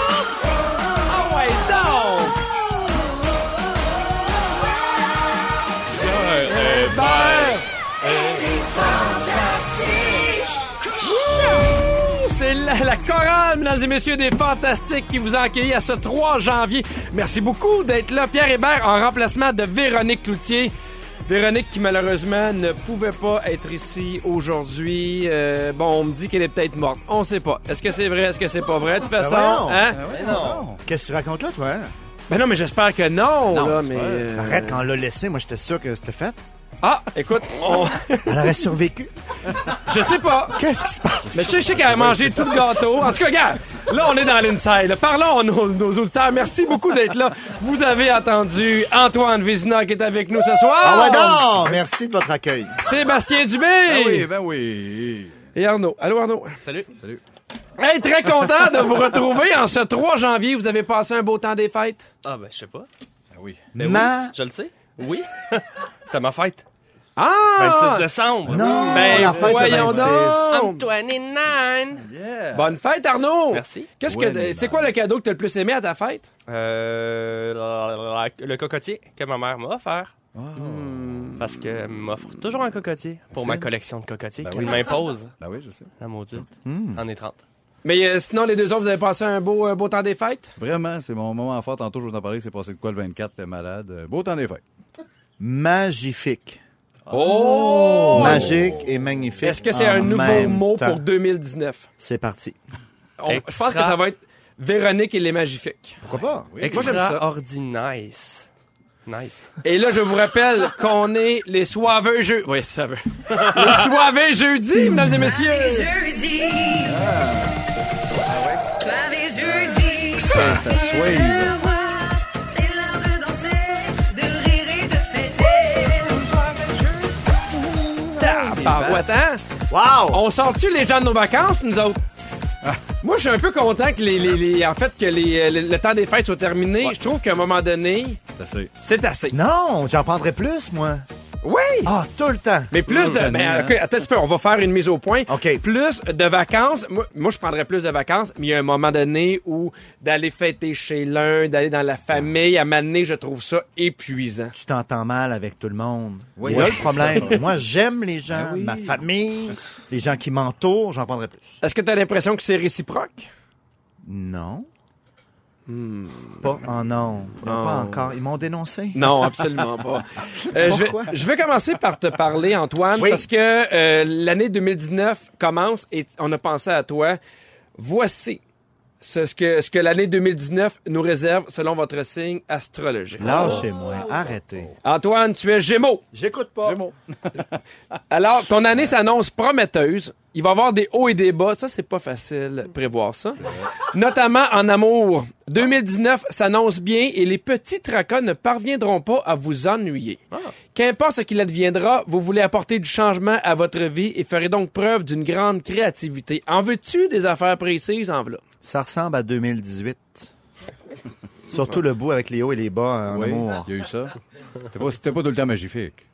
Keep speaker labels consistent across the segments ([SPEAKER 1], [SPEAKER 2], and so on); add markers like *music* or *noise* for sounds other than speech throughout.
[SPEAKER 1] Ah ouais, donc! C'est la, la chorale, mesdames et messieurs, des Fantastiques qui vous a accueillis à ce 3 janvier. Merci beaucoup d'être là. Pierre Hébert en remplacement de Véronique Cloutier. Véronique qui malheureusement ne pouvait pas être ici aujourd'hui. Euh, bon, on me dit qu'elle est peut-être morte. On sait pas. Est-ce que c'est vrai? Est-ce que c'est pas vrai? De toute façon,
[SPEAKER 2] Ben voyons.
[SPEAKER 1] hein?
[SPEAKER 2] Qu'est-ce que tu racontes là, toi? hein?
[SPEAKER 1] Ben non, mais j'espère que non. là, mais, euh,
[SPEAKER 2] Arrête, quand on l'a laissé, moi j'étais sûr que c'était fait.
[SPEAKER 1] Ah, écoute, on...
[SPEAKER 2] Elle aurait survécu.
[SPEAKER 1] je sais pas.
[SPEAKER 2] *laughs* Qu'est-ce qui se passe?
[SPEAKER 1] Mais tu sais, je sais qu'elle a mangé tout le gâteau. En tout cas, regarde, là, on est dans l'inside. là. Parlons à nos, nos auditeurs. Merci beaucoup d'être là. Vous avez entendu Antoine Vézina qui est avec nous ce soir.
[SPEAKER 2] Ah ouais, donc! Ah Merci de votre accueil.
[SPEAKER 1] Sébastien Dubé.
[SPEAKER 3] ben oui.
[SPEAKER 1] Et Arnaud. Allô, Arnaud. Salut. Salut. Hey, très content de vous retrouver en ce 3 janvier. Vous avez passé un beau temps des fêtes.
[SPEAKER 4] Ah ben je sais pas. Ben
[SPEAKER 2] Ma...
[SPEAKER 4] Je le sais. Oui. *laughs* C'était ma fête.
[SPEAKER 1] Ah!
[SPEAKER 4] 26 décembre.
[SPEAKER 2] Non,
[SPEAKER 1] Ben,
[SPEAKER 2] la fête de
[SPEAKER 1] voyons
[SPEAKER 2] 26.
[SPEAKER 1] donc.
[SPEAKER 4] 29.
[SPEAKER 1] Bonne fête, Arnaud.
[SPEAKER 4] Merci.
[SPEAKER 1] Qu'est-ce que, c'est quoi le cadeau que t'as le plus aimé à ta fête?
[SPEAKER 4] Euh, la- la- la- le cocotier que ma mère m'a offert. Parce qu'elle m'offre toujours un cocotier pour ma collection de cocotiers qu'elle m'impose.
[SPEAKER 3] Ben oui, je sais.
[SPEAKER 4] La maudite. En est 30.
[SPEAKER 1] Mais euh, sinon, les deux autres, vous avez passé un beau, un beau temps des fêtes?
[SPEAKER 3] Vraiment, c'est mon moment fort. Tantôt, je vais t'en parler. C'est passé de quoi le 24? C'était malade. Euh, Beau temps des fêtes.
[SPEAKER 2] Magifique.
[SPEAKER 1] Oh!
[SPEAKER 2] Magique et magnifique.
[SPEAKER 1] Est-ce que c'est
[SPEAKER 2] en
[SPEAKER 1] un nouveau
[SPEAKER 2] même
[SPEAKER 1] mot
[SPEAKER 2] temps.
[SPEAKER 1] pour 2019?
[SPEAKER 2] C'est parti.
[SPEAKER 1] On- je pense que ça va être Véronique et les Magifiques.
[SPEAKER 2] Pourquoi pas?
[SPEAKER 1] Moi, j'aime ça.
[SPEAKER 4] Extraordinaire. Nice. Nice.
[SPEAKER 1] Et là, je vous rappelle qu'on est les soiveux jeux. Oui, ça veut. Les soiveux jeudi, mesdames et messieurs.
[SPEAKER 5] Jeudi. Soir et jeudi.
[SPEAKER 3] Ça, ça sway.
[SPEAKER 5] C'est l'heure de danser, de rire et de fêter.
[SPEAKER 1] Ah, barouette, hein?
[SPEAKER 2] Wow!
[SPEAKER 1] On sort-tu les gens de nos vacances, nous autres? Ah. Moi, je suis un peu content que les, les- les- en fait, que les, le, le temps des fêtes soit terminé. Je trouve qu'à un moment donné,
[SPEAKER 3] C'est assez.
[SPEAKER 1] c'est assez.
[SPEAKER 2] Non, j'en prendrais plus, moi.
[SPEAKER 1] Oui!
[SPEAKER 2] Ah, tout le temps.
[SPEAKER 1] Mais plus
[SPEAKER 3] Toujours
[SPEAKER 1] de.
[SPEAKER 3] gêné,
[SPEAKER 1] Mais,
[SPEAKER 3] hein?
[SPEAKER 1] ok, attends un petit peu, on va faire une mise au point.
[SPEAKER 2] OK.
[SPEAKER 1] Plus de vacances. Moi, moi, je prendrais plus de vacances, mais il y a un moment donné où d'aller fêter chez l'un, d'aller dans la famille, à m'amener, je trouve ça épuisant.
[SPEAKER 2] Tu t'entends mal avec tout le monde.
[SPEAKER 3] Oui.
[SPEAKER 2] Et là,
[SPEAKER 3] Oui.
[SPEAKER 2] le *laughs* problème, moi, j'aime les gens, ma famille, les gens qui m'entourent, j'en prendrais plus.
[SPEAKER 1] Est-ce que tu as l'impression que c'est réciproque?
[SPEAKER 2] Non. Pas en Hmm. non. Pas encore. Ils m'ont dénoncé.
[SPEAKER 1] Non, absolument
[SPEAKER 2] *laughs*
[SPEAKER 1] pas. Euh, je, vais,
[SPEAKER 2] Pourquoi?
[SPEAKER 1] je vais commencer par te parler, Antoine,
[SPEAKER 2] Oui.
[SPEAKER 1] parce que euh, l'année 2019 commence et on a pensé à toi. Voici ce ce que, ce que l'année 2019 nous réserve selon votre signe astrologique.
[SPEAKER 2] Lâchez-moi. Arrêtez.
[SPEAKER 1] Antoine, tu es Gémeaux.
[SPEAKER 2] J'écoute pas.
[SPEAKER 1] *laughs* Alors, ton année s'annonce prometteuse. Il va y avoir des hauts et des bas. Ça, c'est pas facile de prévoir ça. Notamment en amour. 2019 s'annonce bien et les petits tracas ne parviendront pas à vous ennuyer. Qu'importe ce qu'il adviendra, vous voulez apporter du changement à votre vie et ferez donc preuve d'une grande créativité. En veux-tu des affaires précises? En voilà.
[SPEAKER 2] Ça ressemble à 2018. Surtout le bout avec les hauts et les bas en
[SPEAKER 3] Oui,
[SPEAKER 2] amour.
[SPEAKER 3] il y a eu ça. C'était pas, c'était pas tout le temps magifique.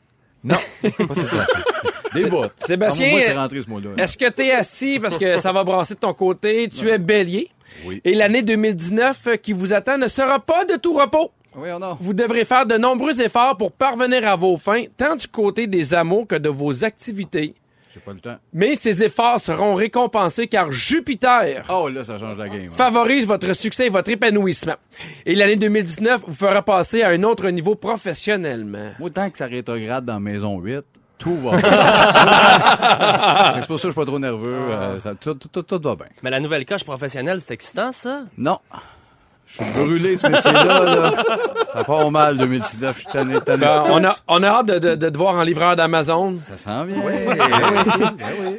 [SPEAKER 2] Non.
[SPEAKER 3] *laughs* Pas tout le temps. Des bouts.
[SPEAKER 1] Sébastien, euh,
[SPEAKER 3] Ah, Moi, c'est rentré ce mot-là.
[SPEAKER 1] Est-ce que t'es assis parce que ça va brasser de ton côté? Tu es bélier.
[SPEAKER 3] Oui.
[SPEAKER 1] Et l'année 2019 euh, qui vous attend ne sera pas de tout repos.
[SPEAKER 3] Oui, oh on a.
[SPEAKER 1] Vous devrez faire de nombreux efforts pour parvenir à vos fins, tant du côté des amours que de vos activités.
[SPEAKER 3] J'ai pas le temps.
[SPEAKER 1] Mais ces efforts seront récompensés car Jupiter
[SPEAKER 3] Oh, là, ça change la game. hein.
[SPEAKER 1] favorise votre succès et votre épanouissement. Et l'année 2019 vous fera passer à un autre niveau professionnellement.
[SPEAKER 3] Moi, tant que ça rétrograde dans Maison 8, tout
[SPEAKER 1] *laughs*
[SPEAKER 3] va bien. Mais c'est pour ça que je suis pas trop nerveux. Euh, ça, tout, tout, tout, tout va bien.
[SPEAKER 4] Mais la nouvelle coche professionnelle, c'est excitant ça.
[SPEAKER 3] Non. Je suis brûlé, ce métier-là. là. Ça part mal, 2019. Je suis tanné, tanné.
[SPEAKER 1] Ben, on, a, on a hâte de, de- de te voir en livreur d'Amazon.
[SPEAKER 3] Ça s'en vient.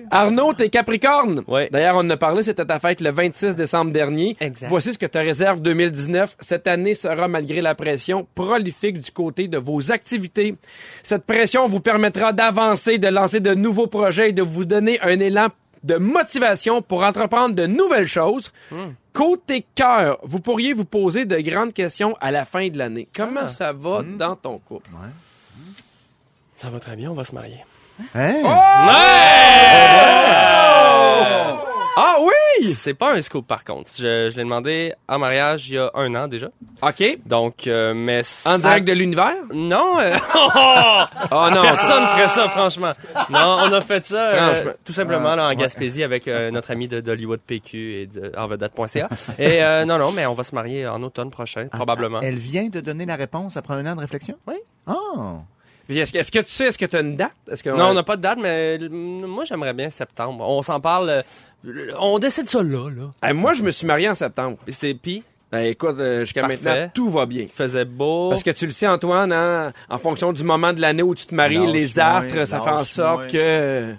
[SPEAKER 1] Arnaud, t'es Capricorne.
[SPEAKER 4] Ouais.
[SPEAKER 1] D'ailleurs, on en a parlé, c'était ta fête le 26 décembre dernier.
[SPEAKER 4] Exact.
[SPEAKER 1] Voici ce que te réserve 2019. Cette année sera, malgré la pression, prolifique du côté de vos activités. Cette pression vous permettra d'avancer, de lancer de nouveaux projets et de vous donner un élan de motivation pour entreprendre de nouvelles choses.
[SPEAKER 4] Hmm.
[SPEAKER 1] Côté cœur, vous pourriez vous poser de grandes questions à la fin de l'année. Comment
[SPEAKER 4] Ah.
[SPEAKER 1] ça va
[SPEAKER 4] Hmm.
[SPEAKER 1] dans ton couple?
[SPEAKER 4] Ça va très bien, on va se marier.
[SPEAKER 2] Hein?
[SPEAKER 1] Ah oui!
[SPEAKER 4] C'est pas un scoop par contre. Je, je l'ai demandé en mariage il y a un an déjà.
[SPEAKER 1] OK.
[SPEAKER 4] Donc, euh, mais.
[SPEAKER 1] En direct de l'univers?
[SPEAKER 4] Non! *laughs* euh,
[SPEAKER 1] Oh non.
[SPEAKER 4] Personne ferait Ah ça, franchement. Non, on a fait ça euh,
[SPEAKER 1] Franchement.
[SPEAKER 4] tout simplement là, en Gaspésie avec euh, notre ami de d'Hollywood PQ et de envedette.ca. Et euh, non, non, mais on va se marier en automne prochain, probablement.
[SPEAKER 2] Elle vient de donner la réponse après un an de réflexion?
[SPEAKER 4] Oui.
[SPEAKER 2] Oh!
[SPEAKER 1] Est-ce que, est-ce que tu sais, est-ce que tu as une date? Est-ce que-
[SPEAKER 4] Non, on n'a pas de date, mais euh, moi j'aimerais bien septembre. On s'en parle. euh, le- On décide ça là, là.
[SPEAKER 1] Eh, moi, je me suis marié en septembre.
[SPEAKER 4] C'est pis,
[SPEAKER 1] Ben, écoute, euh, jusqu'à
[SPEAKER 4] Parfait.
[SPEAKER 1] maintenant, tout va bien.
[SPEAKER 4] il faisait beau.
[SPEAKER 1] Parce que tu le sais, Antoine, hein, en fonction du moment de l'année où tu te maries,
[SPEAKER 2] Lâche-moi,
[SPEAKER 1] les astres, ça fait en
[SPEAKER 2] lâche-moi.
[SPEAKER 1] sorte que. euh,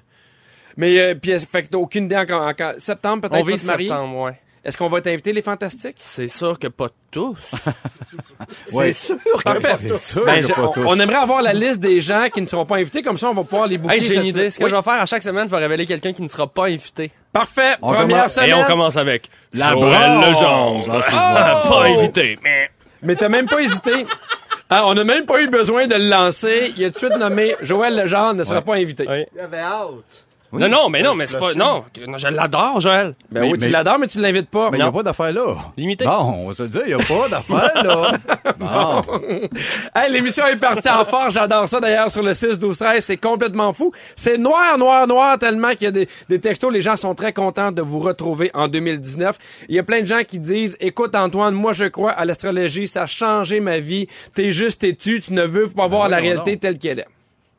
[SPEAKER 1] Mais, euh, puis, fait que t'as aucune idée encore. encore- Septembre, peut-être,
[SPEAKER 4] on
[SPEAKER 1] tu vas
[SPEAKER 4] vit
[SPEAKER 1] te marier.
[SPEAKER 4] septembre, ouais.
[SPEAKER 1] Est-ce qu'on va t'inviter, les fantastiques?
[SPEAKER 4] C'est sûr que pas tous.
[SPEAKER 3] Ouais.
[SPEAKER 2] C'est sûr que
[SPEAKER 1] Parfait.
[SPEAKER 3] C'est sûr
[SPEAKER 1] Ben,
[SPEAKER 3] que
[SPEAKER 1] je-
[SPEAKER 3] pas
[SPEAKER 1] on,
[SPEAKER 3] tous.
[SPEAKER 1] on aimerait avoir la liste des gens qui ne seront pas invités, comme ça, on va pouvoir les boucler.
[SPEAKER 4] Hey, j'ai une
[SPEAKER 1] cette-
[SPEAKER 4] idée. Ce que
[SPEAKER 1] Oui.
[SPEAKER 4] je vais faire à chaque semaine, je vais révéler quelqu'un qui ne sera pas invité.
[SPEAKER 1] Parfait.
[SPEAKER 3] On
[SPEAKER 1] Première
[SPEAKER 3] commence-
[SPEAKER 1] semaine.
[SPEAKER 4] commence avec
[SPEAKER 3] La
[SPEAKER 4] Joël
[SPEAKER 3] bronze.
[SPEAKER 4] Legendre.
[SPEAKER 3] Ah, excuse-moi.
[SPEAKER 1] Oh!
[SPEAKER 4] Pas invité.
[SPEAKER 1] Mais t'as même pas hésité. Ah, on n'a même pas eu besoin de le lancer. Il a tout de suite nommé Joël Legendre ne sera
[SPEAKER 3] Ouais.
[SPEAKER 1] pas invité.
[SPEAKER 4] Ouais.
[SPEAKER 2] j'avais hâte.
[SPEAKER 3] Oui.
[SPEAKER 4] Non, non, mais non, mais c'est pas. Non, que- non, je l'adore, Joël.
[SPEAKER 1] Ben
[SPEAKER 3] Mais-
[SPEAKER 1] oui, tu
[SPEAKER 3] mais-
[SPEAKER 1] l'adores, mais tu l'invites pas.
[SPEAKER 3] Mais il n'y Ben, a pas d'affaire là.
[SPEAKER 4] Limité.
[SPEAKER 3] Non, on va se le dire, il n'y a pas d'affaire là. Bon.
[SPEAKER 1] Hey, l'émission est partie en fort. J'adore ça d'ailleurs sur le 6, 12, 13. C'est complètement fou. C'est noir, noir, noir tellement qu'il y a des, des textos. Les gens sont très contents de vous retrouver en 2019. Il y a plein de gens qui disent, écoute Antoine, moi je crois à l'astrologie. Ça a changé ma vie. T'es juste têtu. Tu ne veux pas voir la
[SPEAKER 3] Ben voyons
[SPEAKER 1] réalité
[SPEAKER 3] donc.
[SPEAKER 1] telle qu'elle est.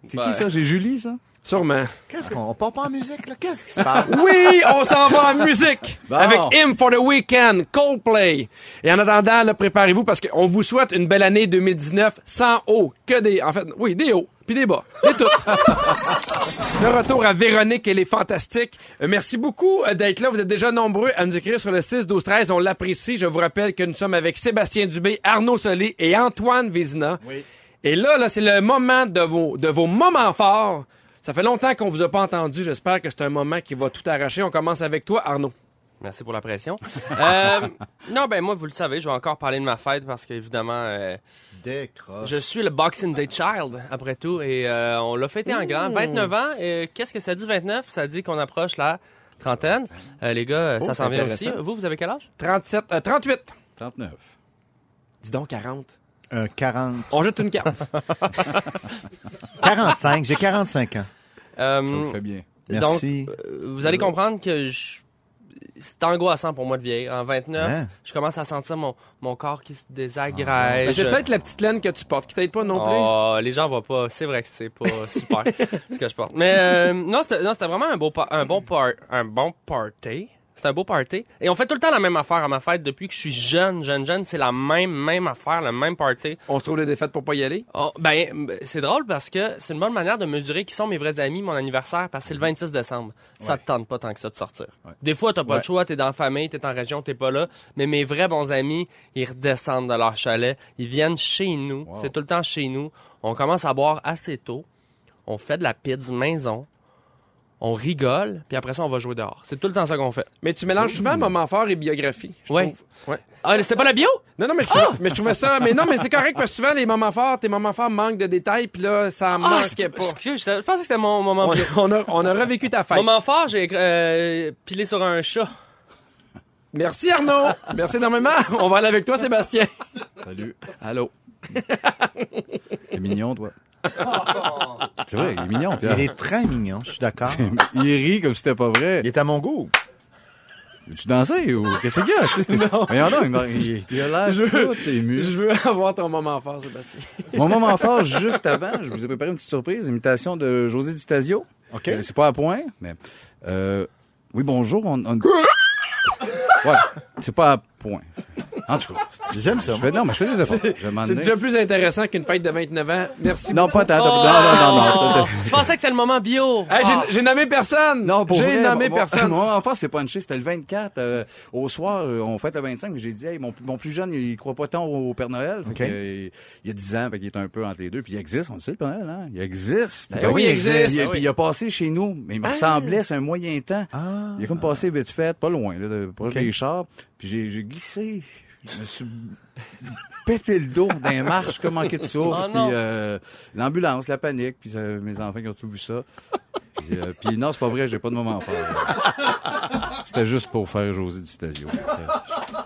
[SPEAKER 3] C'est qui ça? C'est Julie ça?
[SPEAKER 1] Sûrement.
[SPEAKER 2] Qu'est-ce qu'on on part pas en musique, là? Qu'est-ce qui se passe?
[SPEAKER 1] *laughs* Oui, on s'en va en musique
[SPEAKER 3] *laughs* Bon.
[SPEAKER 1] avec Him for the Weekend, Coldplay. Et en attendant, là, préparez-vous parce qu'on vous souhaite une belle année 2019 sans haut, que des, en fait, oui, des hauts puis des bas, des tout. De retour à Véronique, elle est fantastique. Euh, merci beaucoup euh, d'être là. Vous êtes déjà nombreux à nous écrire sur le 6, 12, 13. On l'apprécie. Je vous rappelle que nous sommes avec Sébastien Dubé, Arnaud Solé et Antoine Vézina. Et là, là, c'est le moment de vos, de vos moments forts. Ça fait longtemps qu'on vous a pas entendu. J'espère que c'est un moment qui va tout arracher. On commence avec toi, Arnaud.
[SPEAKER 4] Merci pour la pression. Euh, non, ben moi, vous le savez, je vais encore parler de ma fête parce qu'évidemment, euh,
[SPEAKER 2] Décroche.
[SPEAKER 4] je suis le Boxing Day Child, après tout, et euh, on l'a fêté en grand. 29 ans, et qu'est-ce que ça dit 29? Ça dit qu'on approche la trentaine. Euh, les gars, euh, ça
[SPEAKER 1] c'est
[SPEAKER 4] s'en vient aussi.
[SPEAKER 1] intéressant.
[SPEAKER 4] Vous, vous avez quel âge?
[SPEAKER 1] 37, euh, 38.
[SPEAKER 3] 39.
[SPEAKER 1] Dis donc 40.
[SPEAKER 2] Euh, 40.
[SPEAKER 1] On jette une carte.
[SPEAKER 2] 45, j'ai 45 ans.
[SPEAKER 4] Euh,
[SPEAKER 3] Ça vous fait bien.
[SPEAKER 2] Merci.
[SPEAKER 4] Donc, euh, vous allez comprendre que je- c'est angoissant pour moi de vieillir. En 29,
[SPEAKER 2] Hein?
[SPEAKER 4] je commence à sentir mon, mon corps qui se désagrège.
[SPEAKER 1] Ah, Ben, c'est peut-être la petite laine que tu portes qui t'aide pas non plus.
[SPEAKER 4] Oh, les gens voient pas. C'est vrai que c'est pas *laughs* super ce que je porte. Mais euh, non, c'était non, c'était vraiment un, beau par- un, bon par- un bon party. C'est un beau party. Et on fait tout le temps la même affaire à ma fête depuis que je suis jeune, jeune, jeune. C'est la même, même affaire, le même party.
[SPEAKER 1] On se trouve des défaites pour pas y aller.
[SPEAKER 4] Oh, ben, ben, c'est drôle parce que c'est une bonne manière de mesurer qui sont mes vrais amis, mon anniversaire, parce que c'est
[SPEAKER 1] Mhm.
[SPEAKER 4] le 26 décembre. Ça te tente pas tant que ça de sortir. Des fois, t'as pas le choix, t'es dans la famille, t'es en région, t'es pas là. Mais mes vrais bons amis, ils redescendent de leur chalet. Ils viennent chez nous.
[SPEAKER 3] Wow.
[SPEAKER 4] C'est tout le temps chez nous. On commence à boire assez tôt. On fait de la pizza maison. On rigole, puis après ça, on va jouer dehors. C'est tout le temps ça qu'on fait.
[SPEAKER 1] Mais tu mélanges souvent moment fort et biographie. je
[SPEAKER 4] Ouais.
[SPEAKER 1] trouve. Ouais.
[SPEAKER 4] Ah, c'était pas la bio?
[SPEAKER 1] Non, non, mais je, mais je trouvais ça. Mais non, mais c'est correct parce que souvent, les moments forts, tes moments forts manquent de détails, puis là, ça en
[SPEAKER 4] Ah,
[SPEAKER 1] manquait
[SPEAKER 4] c'était
[SPEAKER 1] pas.
[SPEAKER 4] excuse, je pensais que c'était mon moment
[SPEAKER 1] On,
[SPEAKER 4] bio.
[SPEAKER 1] on a, on a revécu ta fête.
[SPEAKER 4] Moment fort, j'ai euh, pilé sur un chat.
[SPEAKER 1] Merci, Arnaud. Merci énormément. On va aller avec toi, Sébastien.
[SPEAKER 3] Salut.
[SPEAKER 1] Allô.
[SPEAKER 3] *laughs* T'es mignon, toi. C'est vrai, il est mignon, Pierre.
[SPEAKER 2] Il est très mignon, je suis d'accord.
[SPEAKER 3] *laughs* Il rit comme si c'était pas vrai.
[SPEAKER 2] Il est à mon goût.
[SPEAKER 3] Tu dansais ou qu'est-ce qu'il y a? tu sais? Voyons donc, il m'a- il il a l'air tout ému.
[SPEAKER 1] Je veux avoir ton moment fort, Sébastien.
[SPEAKER 3] Mon moment fort, juste avant, je vous ai préparé une petite surprise, imitation de José Di Stasio.
[SPEAKER 2] OK.
[SPEAKER 3] Euh, c'est pas à point, mais... euh, oui, bonjour, on... on- ouais, c'est pas à point. En tout cas, c'est-
[SPEAKER 2] J'aime ça.
[SPEAKER 3] je fais, non, mais je fais des efforts. Je vais m'en
[SPEAKER 1] C'est
[SPEAKER 3] donner.
[SPEAKER 1] déjà plus intéressant qu'une fête de 29 ans. Merci.
[SPEAKER 3] Non, pas tant.
[SPEAKER 4] Ah!
[SPEAKER 3] Non, non, non. non.
[SPEAKER 4] Oh! Je pensais que c'était le moment bio.
[SPEAKER 1] Hey, j'ai-
[SPEAKER 4] Ah.
[SPEAKER 1] j'ai nommé personne.
[SPEAKER 3] Non, pour
[SPEAKER 1] J'ai
[SPEAKER 3] vrai,
[SPEAKER 1] nommé
[SPEAKER 3] mon- mon-
[SPEAKER 1] personne.
[SPEAKER 3] *laughs* Mon enfant s'est punché, c'était le 24. euh, au soir, euh, on fête le 25, mais j'ai dit, hey, mon, mon plus jeune, il croit pas tant au Père Noël. Fait
[SPEAKER 2] OK.
[SPEAKER 3] que, euh, il, il a 10 ans, fait qu'il est un peu entre les deux. Puis il existe, on le sait, le Père Noël, hein? Il existe.
[SPEAKER 1] Ben oui, Ah. il existe.
[SPEAKER 3] Puis, puis il a passé chez nous, mais il me ressemblait, c'est un moyen temps.
[SPEAKER 2] Ah.
[SPEAKER 3] Il est comme passé vite fait, pas loin, là, de, proche
[SPEAKER 2] OK.
[SPEAKER 3] des chars. Puis j'ai, j'ai glissé. Je me suis pété le dos dans les marches comme manqué de souffle.
[SPEAKER 4] Oh
[SPEAKER 3] puis
[SPEAKER 4] non.
[SPEAKER 3] euh, l'ambulance, la panique. Puis euh, mes enfants qui ont tout vu ça. Puis, euh, puis non, c'est pas vrai, j'ai pas de moment fort. C'était juste pour faire José Di Stasio.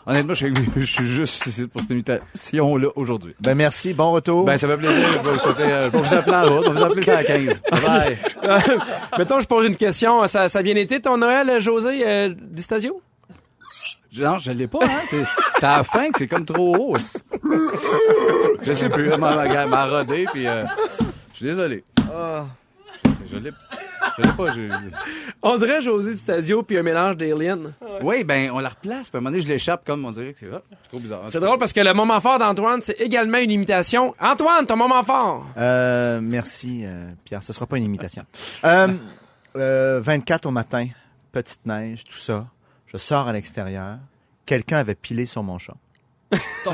[SPEAKER 3] Honnêtement, je suis, je suis juste ici pour cette imitation-là aujourd'hui.
[SPEAKER 2] Ben merci, bon retour.
[SPEAKER 3] Ben, ça fait plaisir. Je vais vous souhaiter, euh, je vais vous appeler en route. On va vous appeler ça à 15. Bye bye.
[SPEAKER 1] *laughs* Mettons, je pose une question. Ça, ça a bien été ton Noël, euh, José euh, Distasio?
[SPEAKER 3] Non, je l'ai pas, hein. C'est c'est à la fin que c'est comme trop haut. Je sais plus. Elle m'a- elle m'a rodé, puis euh, je suis désolé.
[SPEAKER 1] Ah.
[SPEAKER 3] Je sais, Je l'ai je l'ai pas. je-
[SPEAKER 1] On dirait José Distasio puis un mélange d'Alien.
[SPEAKER 3] Oui, ben, on la replace, puis à un moment donné, je l'échappe comme on dirait que c'est hop, c'est trop bizarre.
[SPEAKER 1] C'est drôle parce que le moment fort d'Antoine, c'est également une imitation. Antoine, ton moment fort!
[SPEAKER 2] Euh, merci, euh, Pierre. Ce sera pas une imitation. Euh, euh, 24 au matin, petite neige, tout ça. Je sors à l'extérieur. Quelqu'un avait pilé sur mon chat.
[SPEAKER 3] *laughs*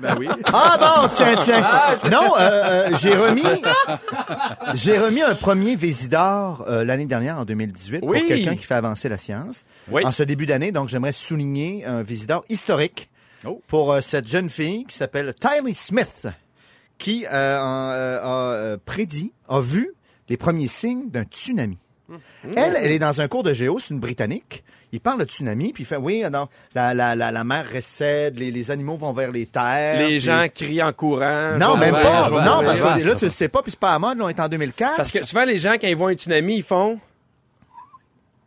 [SPEAKER 3] Ben oui.
[SPEAKER 2] Ah bon, tiens, tiens. Non, euh, euh, j'ai remis, j'ai remis un premier Vésidor euh, l'année dernière, en 2018,
[SPEAKER 1] Oui.
[SPEAKER 2] pour quelqu'un qui fait avancer la science.
[SPEAKER 1] Oui.
[SPEAKER 2] En ce début d'année, donc, j'aimerais souligner un Vésidor historique
[SPEAKER 3] Oh.
[SPEAKER 2] pour euh, cette jeune fille qui s'appelle Tylee Smith, qui euh, en, euh, a euh, prédit, a vu les premiers signes d'un tsunami. Elle, elle est dans un cours de géo, c'est une Britannique. Il parle de tsunami, puis il fait, oui, non, la, la, la, la mer récède, les, les animaux vont vers les terres.
[SPEAKER 1] Les
[SPEAKER 2] Euh, puis-
[SPEAKER 1] gens crient en courant.
[SPEAKER 2] non,
[SPEAKER 1] Je
[SPEAKER 2] même
[SPEAKER 1] vois,
[SPEAKER 2] pas.
[SPEAKER 1] je vois,
[SPEAKER 2] non,
[SPEAKER 1] je
[SPEAKER 2] parce
[SPEAKER 1] vois.
[SPEAKER 2] que là, tu le sais pas, puis c'est pas à mode, là, on est en 2004.
[SPEAKER 1] Parce que souvent, les gens, quand ils voient un tsunami, ils font...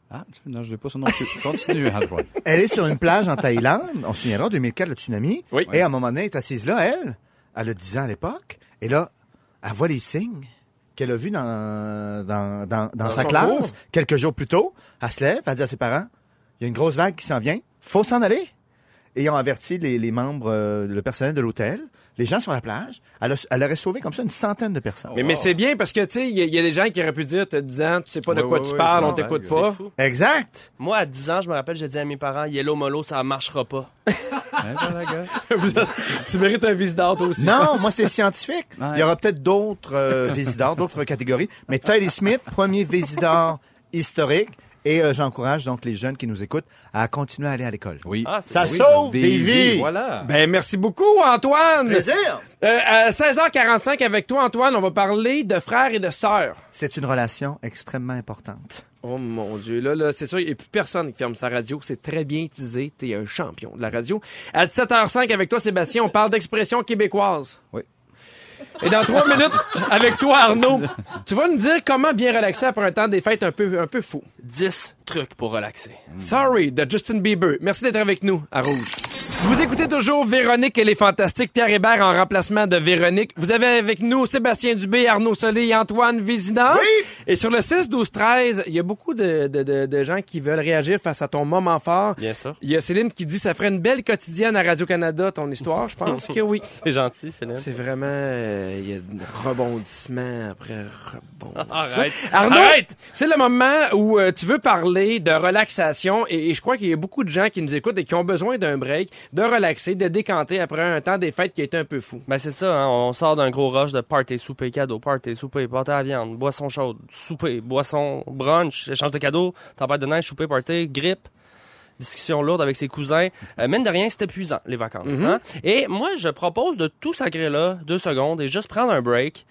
[SPEAKER 3] Ah, tu non, je l'ai pas ça non plus. Continue, Antoine.
[SPEAKER 1] *laughs*
[SPEAKER 2] Elle est sur une plage en Thaïlande, on se souviendra, en 2004, le tsunami.
[SPEAKER 1] Oui.
[SPEAKER 2] Et à un moment donné, elle est assise là, elle, elle a 10 ans à l'époque, et là, elle voit les signes qu'elle a vus dans, dans, dans, dans sa
[SPEAKER 1] son
[SPEAKER 2] classe
[SPEAKER 1] cours.
[SPEAKER 2] quelques jours plus tôt. Elle se lève, elle dit à ses parents, il y a une grosse vague qui s'en vient, faut s'en aller. Et ils ont averti les, les membres, euh, le personnel de l'hôtel, les gens sur la plage. Elle, a- elle aurait sauvé comme ça une centaine de personnes.
[SPEAKER 1] Mais, mais c'est bien parce que, tu sais, il y, a- il y a des gens qui auraient pu dire, t'as 10 ans, tu sais pas de
[SPEAKER 3] Ouais,
[SPEAKER 1] quoi
[SPEAKER 3] ouais,
[SPEAKER 1] tu
[SPEAKER 3] ouais,
[SPEAKER 1] parles,
[SPEAKER 3] c'est
[SPEAKER 1] on t'écoute
[SPEAKER 3] normal,
[SPEAKER 1] pas.
[SPEAKER 4] c'est
[SPEAKER 2] Exact.
[SPEAKER 4] Moi, à 10 ans, je me rappelle, j'ai dit à mes parents, Yellow Molo, ça marchera pas.
[SPEAKER 3] Hein, ben, la gueule.
[SPEAKER 1] Vous êtes- tu mérites un visiteur, toi aussi.
[SPEAKER 2] Non, moi, c'est scientifique.
[SPEAKER 3] Ouais.
[SPEAKER 2] Il y aura peut-être d'autres euh, visiteurs, d'autres catégories. Mais Tyler Smith, premier visiteur historique. Et euh, j'encourage donc les jeunes qui nous écoutent à continuer à aller à l'école.
[SPEAKER 3] Oui.
[SPEAKER 4] Ah, c'est-
[SPEAKER 2] Ça
[SPEAKER 4] oui,
[SPEAKER 2] sauve des, vies.
[SPEAKER 3] Voilà.
[SPEAKER 1] Ben, merci beaucoup, Antoine.
[SPEAKER 2] Plaisir.
[SPEAKER 1] Euh, à 16h45 avec toi, Antoine, on va parler de frères et de sœurs.
[SPEAKER 2] C'est une relation extrêmement importante.
[SPEAKER 1] Oh mon Dieu, là, là, c'est sûr, il n'y a plus personne qui ferme sa radio. C'est très bien teasé. T'es un champion de la radio. À 17h05 avec toi, Sébastien, on parle d'expression québécoise.
[SPEAKER 3] Oui.
[SPEAKER 1] Et dans trois minutes, avec toi, Arnaud, tu vas nous dire comment bien relaxer après un temps des fêtes un peu, un peu fou.
[SPEAKER 4] 10 trucs pour relaxer.
[SPEAKER 1] Mm. Sorry de Justin Bieber. Merci d'être avec nous à Rouge. Vous écoutez toujours Véronique et les Fantastiques. Pierre Hébert en remplacement de Véronique. Vous avez avec nous Sébastien Dubé, Arnaud Solé et Antoine Vézina. Et sur le 6, 12, 13, il y a beaucoup de, de- de- de gens qui veulent réagir face à ton moment fort.
[SPEAKER 4] Bien sûr.
[SPEAKER 1] Il y a Céline qui dit ça ferait une belle quotidienne à Radio-Canada, ton histoire. Je
[SPEAKER 4] *laughs*
[SPEAKER 1] pense que oui.
[SPEAKER 4] C'est gentil, Céline.
[SPEAKER 1] C'est vraiment. euh, Il y a un rebondissement après rebondissement.
[SPEAKER 4] Arrête.
[SPEAKER 1] Arnaud,
[SPEAKER 4] Arrête.
[SPEAKER 1] c'est le moment où euh, tu veux parler de relaxation et, et je crois qu'il y a beaucoup de gens qui nous écoutent et qui ont besoin d'un break, de relaxer, de décanter après un temps des fêtes qui a été un peu fou.
[SPEAKER 4] Ben c'est ça, hein, on sort d'un gros rush de party, souper, cadeau, party, souper, pâté à la viande, boisson chaude, souper, boisson, brunch, échange de cadeaux, tempête de neige, souper, party, grippe, discussion lourde avec ses cousins. Euh, mine de rien, c'est épuisant, les vacances. hein. Et moi, je propose de tout sacrer là, deux secondes, et juste prendre un break.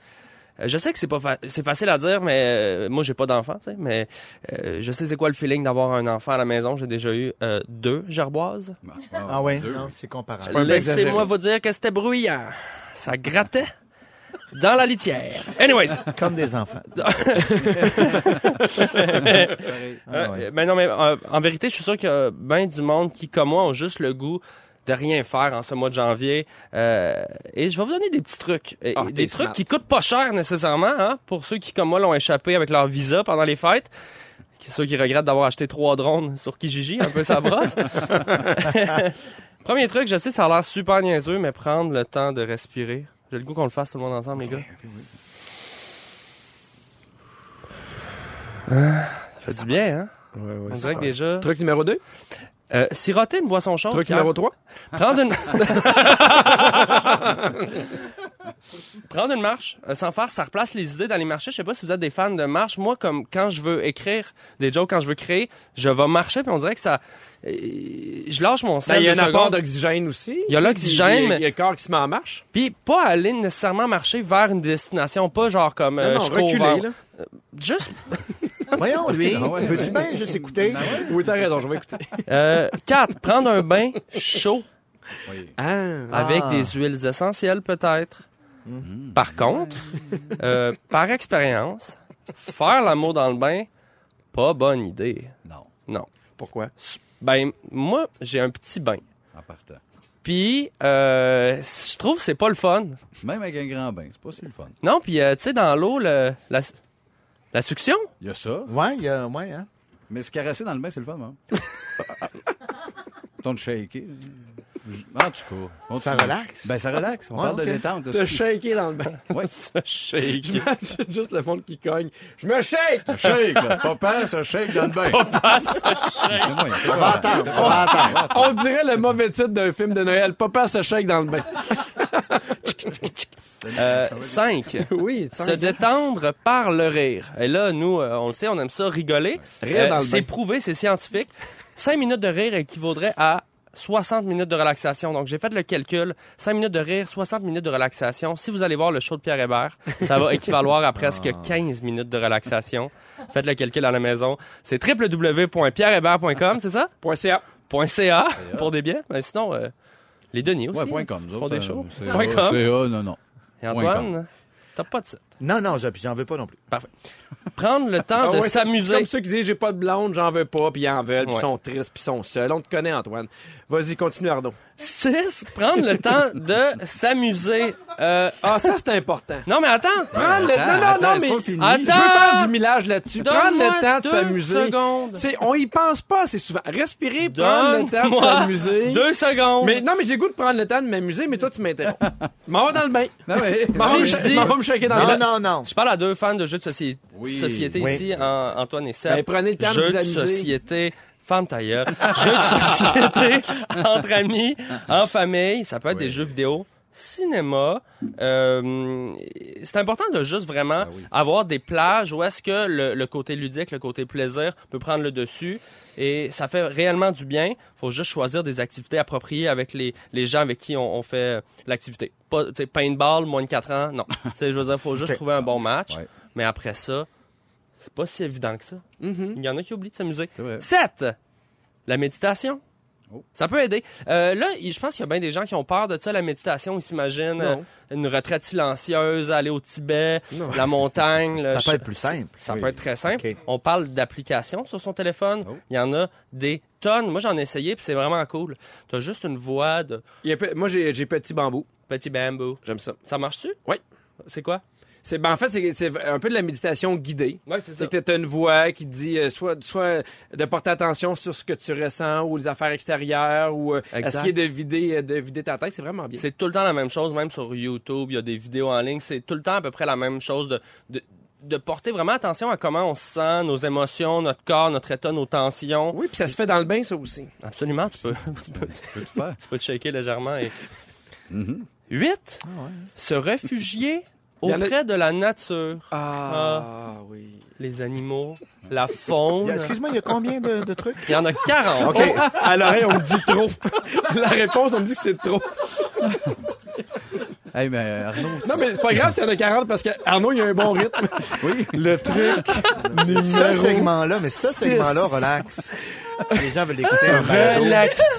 [SPEAKER 4] Euh, Je sais que c'est pas fa- c'est facile à dire, mais euh, moi j'ai pas d'enfant, tu sais, mais euh, je sais c'est quoi le feeling d'avoir un enfant à la maison. J'ai déjà eu euh, deux gerboises.
[SPEAKER 2] Ah oui,
[SPEAKER 3] Deux.
[SPEAKER 2] non, c'est comparable.
[SPEAKER 1] pas un peu
[SPEAKER 4] Laissez-moi
[SPEAKER 1] exagéré.
[SPEAKER 4] vous dire que c'était bruyant. Ça grattait dans la litière. Anyways,
[SPEAKER 2] Comme des enfants. Ah ouais.
[SPEAKER 4] euh, mais non, mais euh, en vérité, je suis sûr qu'il y a ben du monde qui, comme moi, ont juste le goût de rien faire en ce mois de janvier. Euh, et je vais vous donner des petits trucs. Et-
[SPEAKER 1] Ah,
[SPEAKER 4] et des
[SPEAKER 1] t'es
[SPEAKER 4] trucs
[SPEAKER 1] smart.
[SPEAKER 4] qui coûtent pas cher nécessairement, hein, pour ceux qui, comme moi, l'ont échappé avec leur visa pendant les fêtes. Qui- Ceux qui regrettent d'avoir acheté trois drones sur Kijiji, un peu sa brosse. Premier truc, je sais, ça a l'air super niaiseux, mais prendre le temps de respirer. J'ai le goût qu'on le fasse tout le monde ensemble, les gars. Ah, Ça fait du bien, hein?
[SPEAKER 1] Ouais, ouais,
[SPEAKER 4] On
[SPEAKER 1] super.
[SPEAKER 4] dirait que déjà.
[SPEAKER 1] Truc numéro 2.
[SPEAKER 4] Euh, siroter une boisson chaude.
[SPEAKER 1] Truc
[SPEAKER 4] Pierre.
[SPEAKER 1] numéro 3.
[SPEAKER 4] Prendre
[SPEAKER 1] *laughs*
[SPEAKER 4] une. Prendre une marche, euh, sans faire, ça replace les idées dans les marchés. Je sais pas si vous êtes des fans de marche. Moi, comme quand je veux écrire des jokes, quand je veux créer, je vais marcher, puis on dirait que ça. euh, Je lâche mon
[SPEAKER 1] Ben,
[SPEAKER 4] sel.
[SPEAKER 1] Il y a un
[SPEAKER 4] deux
[SPEAKER 1] apport
[SPEAKER 4] secondes.
[SPEAKER 1] d'oxygène aussi.
[SPEAKER 4] Il y a l'oxygène,
[SPEAKER 1] Il y a-
[SPEAKER 4] mais-
[SPEAKER 1] il y a le corps qui se met en marche.
[SPEAKER 4] Puis pas aller nécessairement marcher vers une destination, pas genre comme. euh,
[SPEAKER 1] non, non,
[SPEAKER 4] je cours vers-
[SPEAKER 1] reculer, là.
[SPEAKER 4] Juste.
[SPEAKER 2] Voyons, lui,
[SPEAKER 3] Ah ouais. Ah
[SPEAKER 2] veux-tu bien juste écouter?
[SPEAKER 1] *laughs* Oui, t'as raison, je vais écouter.
[SPEAKER 4] Euh, quatre, prendre un bain chaud
[SPEAKER 3] Oui.
[SPEAKER 1] *laughs* Ah, Hmm.
[SPEAKER 4] avec
[SPEAKER 2] Ah.
[SPEAKER 4] des huiles essentielles peut-être. Par contre, euh, par expérience, faire l'amour dans le bain, pas bonne idée.
[SPEAKER 3] Non,
[SPEAKER 1] pourquoi?
[SPEAKER 4] Ben, moi, j'ai un petit bain.
[SPEAKER 3] en partant.
[SPEAKER 4] Puis, euh, je trouve que c'est pas le fun.
[SPEAKER 3] Même avec un grand bain, c'est pas si le fun.
[SPEAKER 4] Non, puis, euh, tu sais, dans l'eau, le- la, la succion,
[SPEAKER 3] Il y a ça,
[SPEAKER 2] Ouais, il y a- ouais, hein?
[SPEAKER 3] mais se carasser dans le bain, c'est le fun, *laughs* maman. Ton de shaker. Je- En tout cas, on
[SPEAKER 2] Ça
[SPEAKER 3] se-
[SPEAKER 2] relaxe.
[SPEAKER 3] Ben, ça relaxe. On
[SPEAKER 2] Ouais,
[SPEAKER 3] parle
[SPEAKER 2] ok.
[SPEAKER 3] de détente. De
[SPEAKER 1] Te shaker dans le *laughs* bain.
[SPEAKER 3] Ouais.
[SPEAKER 1] Je J'imagine juste le monde qui cogne. Je me shake!
[SPEAKER 3] Un shake, là. Papa se shake dans le bain.
[SPEAKER 4] passe.
[SPEAKER 3] *laughs* C'est moi, il fait
[SPEAKER 2] On va
[SPEAKER 3] pas-
[SPEAKER 2] attendre, on va attendre.
[SPEAKER 1] On dirait le mauvais titre d'un film de Noël. Papa se shake dans le bain.
[SPEAKER 4] Euh, cinq,
[SPEAKER 1] Ah *laughs* Oui,
[SPEAKER 4] se détendre par le rire. Et là, nous, euh, on le sait, on aime ça rigoler. Euh,
[SPEAKER 1] Rire dans le
[SPEAKER 4] c'est
[SPEAKER 1] bain.
[SPEAKER 4] prouvé, c'est scientifique. Cinq minutes de rire équivaudrait à 60 minutes de relaxation. Donc, j'ai fait le calcul. Cinq minutes de rire, 60 minutes de relaxation. Si vous allez voir le show de Pierre Hébert, ça va équivaloir à presque
[SPEAKER 1] Ah.
[SPEAKER 4] 15 minutes de relaxation. Faites le calcul à la maison. C'est www.pierrehébert.com, c'est ça?
[SPEAKER 1] Point CA.
[SPEAKER 4] Point .ca pour des biens. Mais sinon, euh, les deniers aussi. hein,
[SPEAKER 3] Ouais, point com. nous
[SPEAKER 4] Font
[SPEAKER 3] autres,
[SPEAKER 4] des
[SPEAKER 3] euh,
[SPEAKER 4] shows.
[SPEAKER 3] C'est
[SPEAKER 4] Point com.
[SPEAKER 3] c'est- ah, non, non.
[SPEAKER 4] Et
[SPEAKER 3] point
[SPEAKER 4] Antoine, t'as pas de ça.
[SPEAKER 2] Non, non, je- puis j'en veux pas non plus.
[SPEAKER 4] Prendre le temps
[SPEAKER 1] Ah
[SPEAKER 4] de
[SPEAKER 1] ouais, c'est-
[SPEAKER 4] s'amuser.
[SPEAKER 1] C'est comme ceux qui disent j'ai pas de blonde, j'en veux pas, puis ils en veulent, puis ils
[SPEAKER 4] Ouais.
[SPEAKER 1] sont tristes, puis ils sont seuls. On te connaît, Antoine. Vas-y, continue, Arnaud.
[SPEAKER 4] 6. Prendre le temps de s'amuser. Euh,
[SPEAKER 1] Ah, ça, c'est important.
[SPEAKER 4] non, mais attends.
[SPEAKER 1] Prends le...
[SPEAKER 3] Attends,
[SPEAKER 1] Non, non,
[SPEAKER 3] attends,
[SPEAKER 1] non,
[SPEAKER 3] c'est
[SPEAKER 1] mais...
[SPEAKER 3] pas fini.
[SPEAKER 1] Je veux faire du millage là-dessus. Prendre
[SPEAKER 4] Donne-moi
[SPEAKER 1] le temps de
[SPEAKER 4] deux
[SPEAKER 1] s'amuser.
[SPEAKER 4] secondes.
[SPEAKER 1] C'est- On y pense pas assez souvent. Respirer, prendre le temps de
[SPEAKER 4] Donne-moi
[SPEAKER 1] s'amuser.
[SPEAKER 4] Deux secondes.
[SPEAKER 1] Mais non, mais j'ai le goût de prendre le temps de m'amuser, mais toi, tu
[SPEAKER 4] *laughs*
[SPEAKER 1] m'interromps. M'en va dans le bain.
[SPEAKER 3] Non, mais.
[SPEAKER 1] M'en va
[SPEAKER 4] Si
[SPEAKER 1] me-
[SPEAKER 4] je dis-
[SPEAKER 1] m'en va me shaker dans le
[SPEAKER 2] Non,
[SPEAKER 1] bain.
[SPEAKER 2] non, non.
[SPEAKER 4] Je parle à deux fans de jeux de société,
[SPEAKER 3] Oui.
[SPEAKER 4] société
[SPEAKER 2] Oui.
[SPEAKER 4] ici, An- Antoine et Seb.
[SPEAKER 1] Ben, prenez le temps de
[SPEAKER 4] jeux
[SPEAKER 1] vous
[SPEAKER 4] de
[SPEAKER 1] amuser.
[SPEAKER 4] société, femme tailleur. *laughs* jeux de société *laughs* entre amis, en famille. Ça peut être des jeux vidéo, cinéma. Euh, c'est important de juste vraiment
[SPEAKER 3] Ben oui.
[SPEAKER 4] avoir des plages où est-ce que le, le côté ludique, le côté plaisir peut prendre le dessus. Et ça fait réellement du bien. faut juste choisir des activités appropriées avec les, les gens avec qui on, on fait euh, l'activité. Pas, tu sais, paintball, moins de 4 ans, non. Tu sais, je veux dire, faut juste
[SPEAKER 2] Ok.
[SPEAKER 4] trouver un bon match.
[SPEAKER 3] Ouais.
[SPEAKER 4] Mais après ça, c'est pas si évident que ça.
[SPEAKER 1] Mhm.
[SPEAKER 4] Il y en a qui oublient de s'amuser.
[SPEAKER 3] C'est vrai.
[SPEAKER 4] 7. La méditation.
[SPEAKER 3] Oh.
[SPEAKER 4] Ça peut aider. Euh, là, il- je pense qu'il y a bien des gens qui ont peur de ça, la méditation. Ils s'imaginent
[SPEAKER 1] Non.
[SPEAKER 4] euh, une retraite silencieuse, aller au Tibet,
[SPEAKER 1] Non.
[SPEAKER 4] la montagne. le
[SPEAKER 2] Ça
[SPEAKER 4] ch-
[SPEAKER 2] peut être plus simple.
[SPEAKER 4] ça
[SPEAKER 3] Oui.
[SPEAKER 4] peut être très simple.
[SPEAKER 2] Ok.
[SPEAKER 4] On parle d'applications sur son téléphone.
[SPEAKER 3] Oh.
[SPEAKER 4] Il y en a des tonnes. Moi, j'en ai essayé, puis c'est vraiment cool. T'as juste une voix de
[SPEAKER 1] Il y a pe- Moi, j'ai j'ai petit bambou.
[SPEAKER 4] petit bambou.
[SPEAKER 1] J'aime ça.
[SPEAKER 4] Ça marche-tu?
[SPEAKER 1] Oui.
[SPEAKER 4] C'est quoi?
[SPEAKER 1] C'est, ben, en fait, c'est, c'est un peu de la méditation guidée.
[SPEAKER 4] Oui, c'est
[SPEAKER 1] C'est que tu as une voix qui dit euh, soit, soit de porter attention sur ce que tu ressens ou les affaires extérieures ou euh,
[SPEAKER 4] Exact.
[SPEAKER 1] essayer de vider, euh, de vider ta tête. C'est vraiment bien.
[SPEAKER 4] C'est tout le temps la même chose, même sur YouTube, il y a des vidéos en ligne, c'est tout le temps à peu près la même chose de, de, de porter vraiment attention à comment on se sent, nos émotions, notre corps, notre état, nos tensions.
[SPEAKER 1] Oui, puis ça se fait dans le bain, ça aussi.
[SPEAKER 4] Absolument, tu peux,
[SPEAKER 3] Tu peux tout faire.
[SPEAKER 4] tu peux te shaker légèrement. Et...
[SPEAKER 3] Mhm.
[SPEAKER 4] 8.
[SPEAKER 1] Ah
[SPEAKER 4] Se réfugier
[SPEAKER 1] Il y en a-
[SPEAKER 4] auprès de la nature,
[SPEAKER 1] Ah, oui.
[SPEAKER 4] les animaux, la
[SPEAKER 2] Il y
[SPEAKER 4] faune.
[SPEAKER 2] a- Excuse-moi, il y a combien de, de trucs? Oh,
[SPEAKER 4] Il y en a 40.
[SPEAKER 2] OK.
[SPEAKER 1] À l'oreille, on me dit trop. *laughs* la réponse, on me dit que c'est trop.
[SPEAKER 3] Hey, mais euh, Arnaud.
[SPEAKER 1] Non, mais c'est pas grave s'il y en a 40 parce que Arnaud, il a un bon *laughs* rythme.
[SPEAKER 3] Oui.
[SPEAKER 1] Le truc
[SPEAKER 2] Ce
[SPEAKER 1] numéro
[SPEAKER 2] segment-là, mais ce
[SPEAKER 1] six.
[SPEAKER 2] segment-là, relax. Si les gens veulent l'écouter, un balado,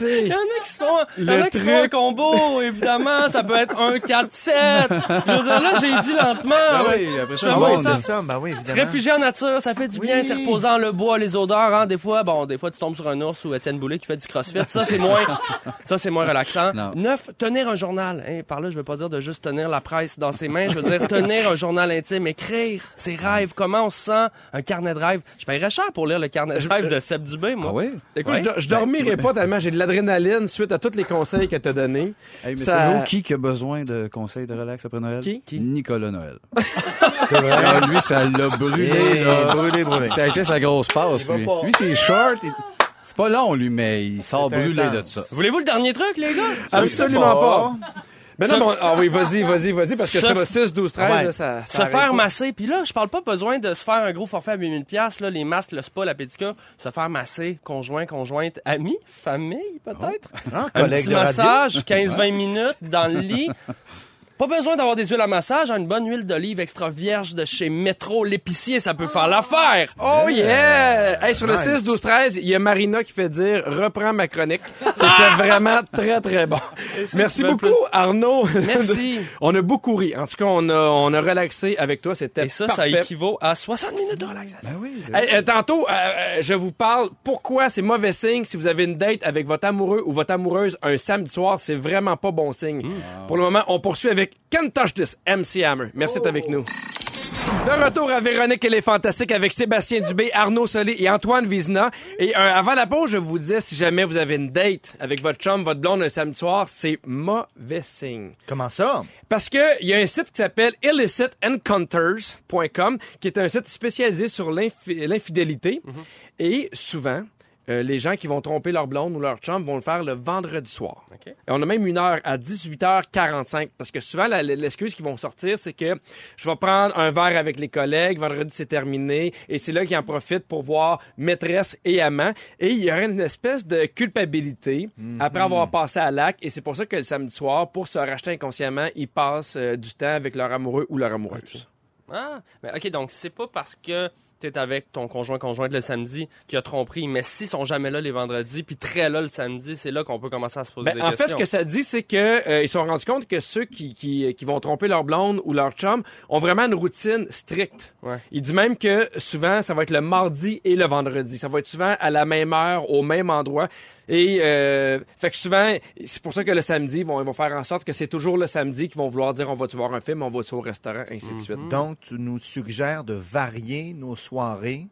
[SPEAKER 4] Il
[SPEAKER 1] relaxé.
[SPEAKER 4] y en a qui se font, il y en a
[SPEAKER 1] Le
[SPEAKER 4] qui se font un
[SPEAKER 1] truc.
[SPEAKER 4] combo, évidemment, ça peut être 1, 4, 7. Je veux dire, là, j'ai dit lentement.
[SPEAKER 3] Ah
[SPEAKER 4] mais-
[SPEAKER 3] oui, après ça,
[SPEAKER 2] Ah
[SPEAKER 3] le
[SPEAKER 2] ouais,
[SPEAKER 3] monde.
[SPEAKER 2] c'est ça, ben oui,
[SPEAKER 4] Se
[SPEAKER 2] évidemment.
[SPEAKER 4] réfugier en nature, ça fait du bien,
[SPEAKER 2] Oui.
[SPEAKER 4] c'est reposant, le bois, les odeurs, hein, des fois, bon, des fois, tu tombes sur un ours ou Étienne Boulay qui fait du crossfit, ça, c'est moins, ça, c'est moins relaxant.
[SPEAKER 3] Non.
[SPEAKER 4] Neuf, tenir un journal. Hein, par là, je veux pas dire de juste tenir la presse dans ses mains, je veux dire tenir un journal intime, écrire ses rêves, comment on se sent, un carnet de rêves. Je paierais cher pour lire le carnet de rêves de Seb Dubé, moi.
[SPEAKER 3] Ah oui? plaisir.
[SPEAKER 1] Écoute, je, do- je dormirai pas tellement j'ai de l'adrénaline suite à tous les conseils que t'as donnés.
[SPEAKER 3] Hey, mais
[SPEAKER 1] Ça-
[SPEAKER 3] c'est qui qui a besoin de conseils de relax après Noël?
[SPEAKER 1] Qui? Qui?
[SPEAKER 3] Nicolas Noël.
[SPEAKER 2] C'est vrai.
[SPEAKER 3] Ah, lui, ça l'a brûlé,
[SPEAKER 2] Et
[SPEAKER 3] là.
[SPEAKER 2] brûlé, brûlé.
[SPEAKER 3] C'était été sa grosse passe,
[SPEAKER 2] va
[SPEAKER 3] lui.
[SPEAKER 2] pas.
[SPEAKER 3] Lui, c'est short. il- C'est pas long, lui, mais il sort
[SPEAKER 2] C'est intense.
[SPEAKER 3] brûlé de ça.
[SPEAKER 4] Voulez-vous le dernier truc, les gars?
[SPEAKER 1] Absolument Ah pas. Mais non, mais on- ah oui, vas-y, vas-y, vas-y, parce que
[SPEAKER 4] Se-
[SPEAKER 1] ça va 6, 12, 13,
[SPEAKER 2] Ouais.
[SPEAKER 1] là, ça, ça
[SPEAKER 4] se
[SPEAKER 1] arrête
[SPEAKER 4] faire
[SPEAKER 1] pas.
[SPEAKER 4] masser. Puis là, je parle pas besoin de se faire un gros forfait à 8000 pièces là, les masques, le spa, la pédicure, se faire masser, conjoint, conjointe, ami, famille peut-être.
[SPEAKER 2] Hein,
[SPEAKER 4] Un
[SPEAKER 2] collègue
[SPEAKER 4] petit
[SPEAKER 2] de radio.
[SPEAKER 4] massage, 15-20 minutes dans
[SPEAKER 1] *laughs*
[SPEAKER 4] le lit. Pas besoin d'avoir des huiles à massage, hein, une bonne huile d'olive extra vierge de chez Métro l'épicier, ça peut faire l'affaire.
[SPEAKER 1] Oh yeah! Hey, sur
[SPEAKER 2] nice.
[SPEAKER 1] le 6, 12, 13, il y a Marina qui fait dire reprends ma chronique. C'était vraiment très, très bon. Merci
[SPEAKER 4] veux
[SPEAKER 1] beaucoup, Arnaud.
[SPEAKER 4] Merci.
[SPEAKER 1] *laughs* on a beaucoup ri. En tout cas, on a, on a relaxé avec toi. C'était
[SPEAKER 4] Et ça, ça
[SPEAKER 1] parfait.
[SPEAKER 4] équivaut à 60 minutes de relaxation.
[SPEAKER 1] Hey, euh, tantôt, euh, euh, je vous parle pourquoi c'est mauvais signe si vous avez une date avec votre amoureux ou votre amoureuse un samedi soir. C'est vraiment pas bon signe. Pour le moment, on poursuit avec Can't Touch This, MC Hammer. Merci d'être avec nous. De retour à Véronique et les Fantastiques avec Sébastien Dubé, Arnaud Solé et Antoine Vizina. Et euh, avant la pause, je vous disais, si jamais vous avez une date avec votre chum, votre blonde un samedi soir, c'est mauvais signe.
[SPEAKER 2] Comment ça?
[SPEAKER 1] Parce que il y a un site qui s'appelle illicitencounters.com, qui est un site spécialisé sur l'infi- l'infidélité. Et souvent, euh, les gens qui vont tromper leur blonde ou leur chum vont le faire le vendredi soir.
[SPEAKER 4] OK.
[SPEAKER 1] Et on a même une heure à 18h45. Parce que souvent, la- l'excuse qu'ils vont sortir, c'est que je vais prendre un verre avec les collègues, vendredi c'est terminé, et c'est là qu'ils en profitent pour voir maîtresse et amant. Et il y aurait une espèce de culpabilité après avoir passé à l'acte, et c'est pour ça que le samedi soir, pour se racheter inconsciemment, ils passent euh, du temps avec leur amoureux ou leur amoureuse.
[SPEAKER 4] Ah, mais ok, donc c'est pas parce que t'es avec ton conjoint conjointe le samedi qui a tromperie, mais s'ils sont jamais là les vendredis, puis très là le samedi, c'est là qu'on peut commencer à se poser
[SPEAKER 1] Ben,
[SPEAKER 4] des
[SPEAKER 1] en
[SPEAKER 4] questions.
[SPEAKER 1] fait, ce que ça dit, c'est que euh, ils se sont rendus compte que ceux qui, qui, qui vont tromper leur blonde ou leur chum ont vraiment une routine stricte.
[SPEAKER 4] Ouais.
[SPEAKER 1] Il dit même que souvent, ça va être le mardi et le vendredi. Ça va être souvent à la même heure, au même endroit. Et euh, fait que souvent, c'est pour ça que le samedi, ils vont, ils vont faire en sorte que c'est toujours le samedi qu'ils vont vouloir dire on va-tu voir un film, on va-tu au restaurant, ainsi de
[SPEAKER 4] Mhm.
[SPEAKER 1] suite.
[SPEAKER 2] Donc, tu nous suggères de varier nos soirées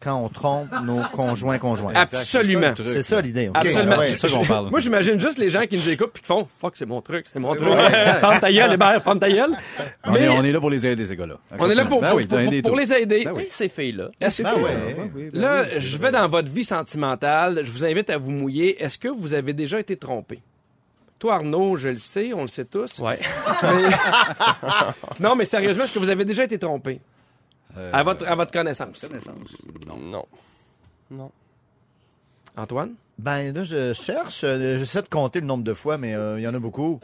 [SPEAKER 2] quand on trompe nos conjoints conjoints.
[SPEAKER 1] Absolument. Absolument.
[SPEAKER 2] C'est ça l'idée. ok.
[SPEAKER 1] Absolument.
[SPEAKER 2] Ah ouais.
[SPEAKER 3] C'est ça qu'on parle.
[SPEAKER 1] Moi, j'imagine juste les gens qui nous écoutent puis qui font Fuck, c'est mon truc, c'est mon truc.
[SPEAKER 2] ouais, exact.
[SPEAKER 1] Ferme ta gueule, Hébert, ferme ta gueule.
[SPEAKER 3] On,
[SPEAKER 1] Mais-
[SPEAKER 3] est, on est là pour les aider, ces gars-là.
[SPEAKER 1] On est là pour,
[SPEAKER 3] Ben
[SPEAKER 1] pour-
[SPEAKER 3] oui,
[SPEAKER 1] pour-
[SPEAKER 3] dans
[SPEAKER 1] pour-
[SPEAKER 3] les
[SPEAKER 1] pour
[SPEAKER 3] taux.
[SPEAKER 1] les aider.
[SPEAKER 3] Ben oui.
[SPEAKER 4] Et ces filles-là.
[SPEAKER 1] Est-ce
[SPEAKER 2] Ah
[SPEAKER 1] que-
[SPEAKER 2] ouais.
[SPEAKER 1] Là, je vais dans votre vie sentimentale. Je vous invite à vous mouiller. Est-ce que vous avez déjà été trompé? Toi, Arnaud, je le sais, on le sait tous.
[SPEAKER 4] Ouais.
[SPEAKER 1] Non, mais *laughs* sérieusement, est-ce que vous avez déjà été trompé?
[SPEAKER 3] Euh,
[SPEAKER 1] À votre, à votre connaissance.
[SPEAKER 4] Non. Non.
[SPEAKER 1] Antoine?
[SPEAKER 2] Ben là, je cherche. euh, J'essaie de compter le nombre de fois, mais euh, il y en a beaucoup.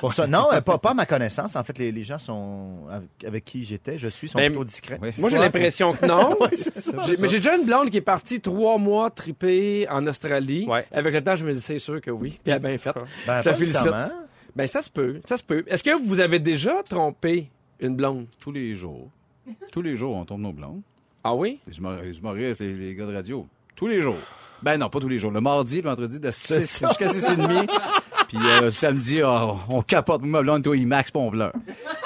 [SPEAKER 2] Pour ça, non, euh, pas, pas à ma connaissance. En fait, les, les gens sont avec, avec qui j'étais, je suis, sont
[SPEAKER 1] Ben,
[SPEAKER 2] plutôt discrets.
[SPEAKER 3] Oui.
[SPEAKER 1] Moi, j'ai
[SPEAKER 2] Ouais.
[SPEAKER 1] l'impression que non.
[SPEAKER 2] Ouais, c'est ça.
[SPEAKER 1] J'ai- mais j'ai déjà une blonde qui est partie trois mois triper en Australie.
[SPEAKER 4] Ouais.
[SPEAKER 1] Avec le temps, je me dis, c'est sûr que oui. Puis elle a bien fait.
[SPEAKER 2] Ben,
[SPEAKER 1] Je
[SPEAKER 2] pas
[SPEAKER 1] te félicite.
[SPEAKER 2] nécessairement.
[SPEAKER 1] Ben, ça se peut. Ça se peut. Est-ce que vous avez déjà trompé une blonde?
[SPEAKER 3] Tous les jours. Tous les jours, on tombe nos blondes.
[SPEAKER 1] Ah oui?
[SPEAKER 3] Les humor- les humoristes, les, les gars de radio. Tous les jours. Ben non, pas tous les jours. Le mardi, le vendredi, de 6
[SPEAKER 2] *laughs*
[SPEAKER 3] jusqu'à 6h30. Puis euh, samedi, oh, on capote. Moi, ma blonde, toi, il max, puis on pleure.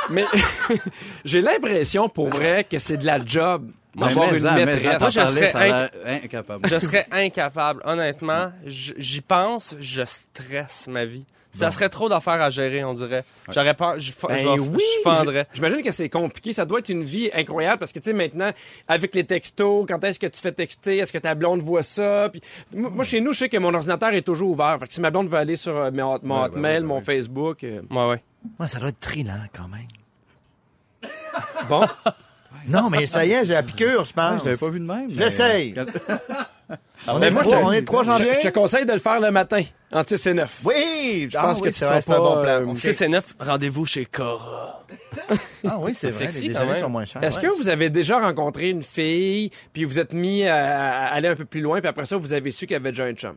[SPEAKER 1] Mais *laughs* j'ai l'impression, pour vrai, que c'est de la job d'avoir
[SPEAKER 3] Ben,
[SPEAKER 1] une
[SPEAKER 3] mais en, mais en,
[SPEAKER 1] maîtresse.
[SPEAKER 3] t'en
[SPEAKER 4] je
[SPEAKER 3] parlais,
[SPEAKER 4] serais
[SPEAKER 3] ça a l'air incapable.
[SPEAKER 4] Je serais incapable, honnêtement. J- J'y pense, je stresse ma vie. Ça serait trop d'affaires à gérer, on dirait. J'aurais peur, je, fa-
[SPEAKER 1] Ben
[SPEAKER 4] je vais-
[SPEAKER 1] oui,
[SPEAKER 4] je fendrais.
[SPEAKER 1] j- J'imagine que c'est compliqué. Ça doit être une vie incroyable parce que, tu sais, maintenant, avec les textos, quand est-ce que tu fais texter? Est-ce que ta blonde voit ça? Puis, moi, moi, chez nous, je sais que mon ordinateur est toujours ouvert. Fait que si ma blonde veut aller sur euh, mon, mon
[SPEAKER 3] Ouais, ouais,
[SPEAKER 1] Hotmail,
[SPEAKER 3] ouais, ouais,
[SPEAKER 1] mon
[SPEAKER 3] ouais.
[SPEAKER 1] Facebook, euh,
[SPEAKER 4] Ouais, ouais.
[SPEAKER 2] Moi, ça doit être trilant quand même.
[SPEAKER 1] bon.
[SPEAKER 2] Non, mais ça y est, j'ai la piqûre, je pense.
[SPEAKER 3] Ah, Je l'avais pas vu de même. mais-
[SPEAKER 2] J'essaye.
[SPEAKER 3] Quand-
[SPEAKER 2] on,
[SPEAKER 1] Ben,
[SPEAKER 2] est
[SPEAKER 1] moi,
[SPEAKER 2] trois-
[SPEAKER 1] je te-
[SPEAKER 2] on est le 3
[SPEAKER 1] Je,
[SPEAKER 2] janvier.
[SPEAKER 1] je te conseille de le faire le matin, entre 6 et 9.
[SPEAKER 2] Oui, je
[SPEAKER 1] pense
[SPEAKER 2] pense
[SPEAKER 1] que
[SPEAKER 2] que
[SPEAKER 1] tu
[SPEAKER 2] c'est
[SPEAKER 1] seras
[SPEAKER 2] vrai, c'est un
[SPEAKER 1] pas,
[SPEAKER 2] bon
[SPEAKER 1] euh,
[SPEAKER 2] plan. OK.
[SPEAKER 4] 6 et 9, rendez-vous chez Cora.
[SPEAKER 2] Ah oui, c'est vrai, les
[SPEAKER 4] sexy, quand
[SPEAKER 2] déjeuners
[SPEAKER 4] même.
[SPEAKER 2] sont moins chers.
[SPEAKER 1] Est-ce
[SPEAKER 2] ouais.
[SPEAKER 1] que vous avez déjà rencontré une fille, puis vous êtes mis à, à aller un peu plus loin, puis après ça, vous avez su qu'elle avait déjà un chum?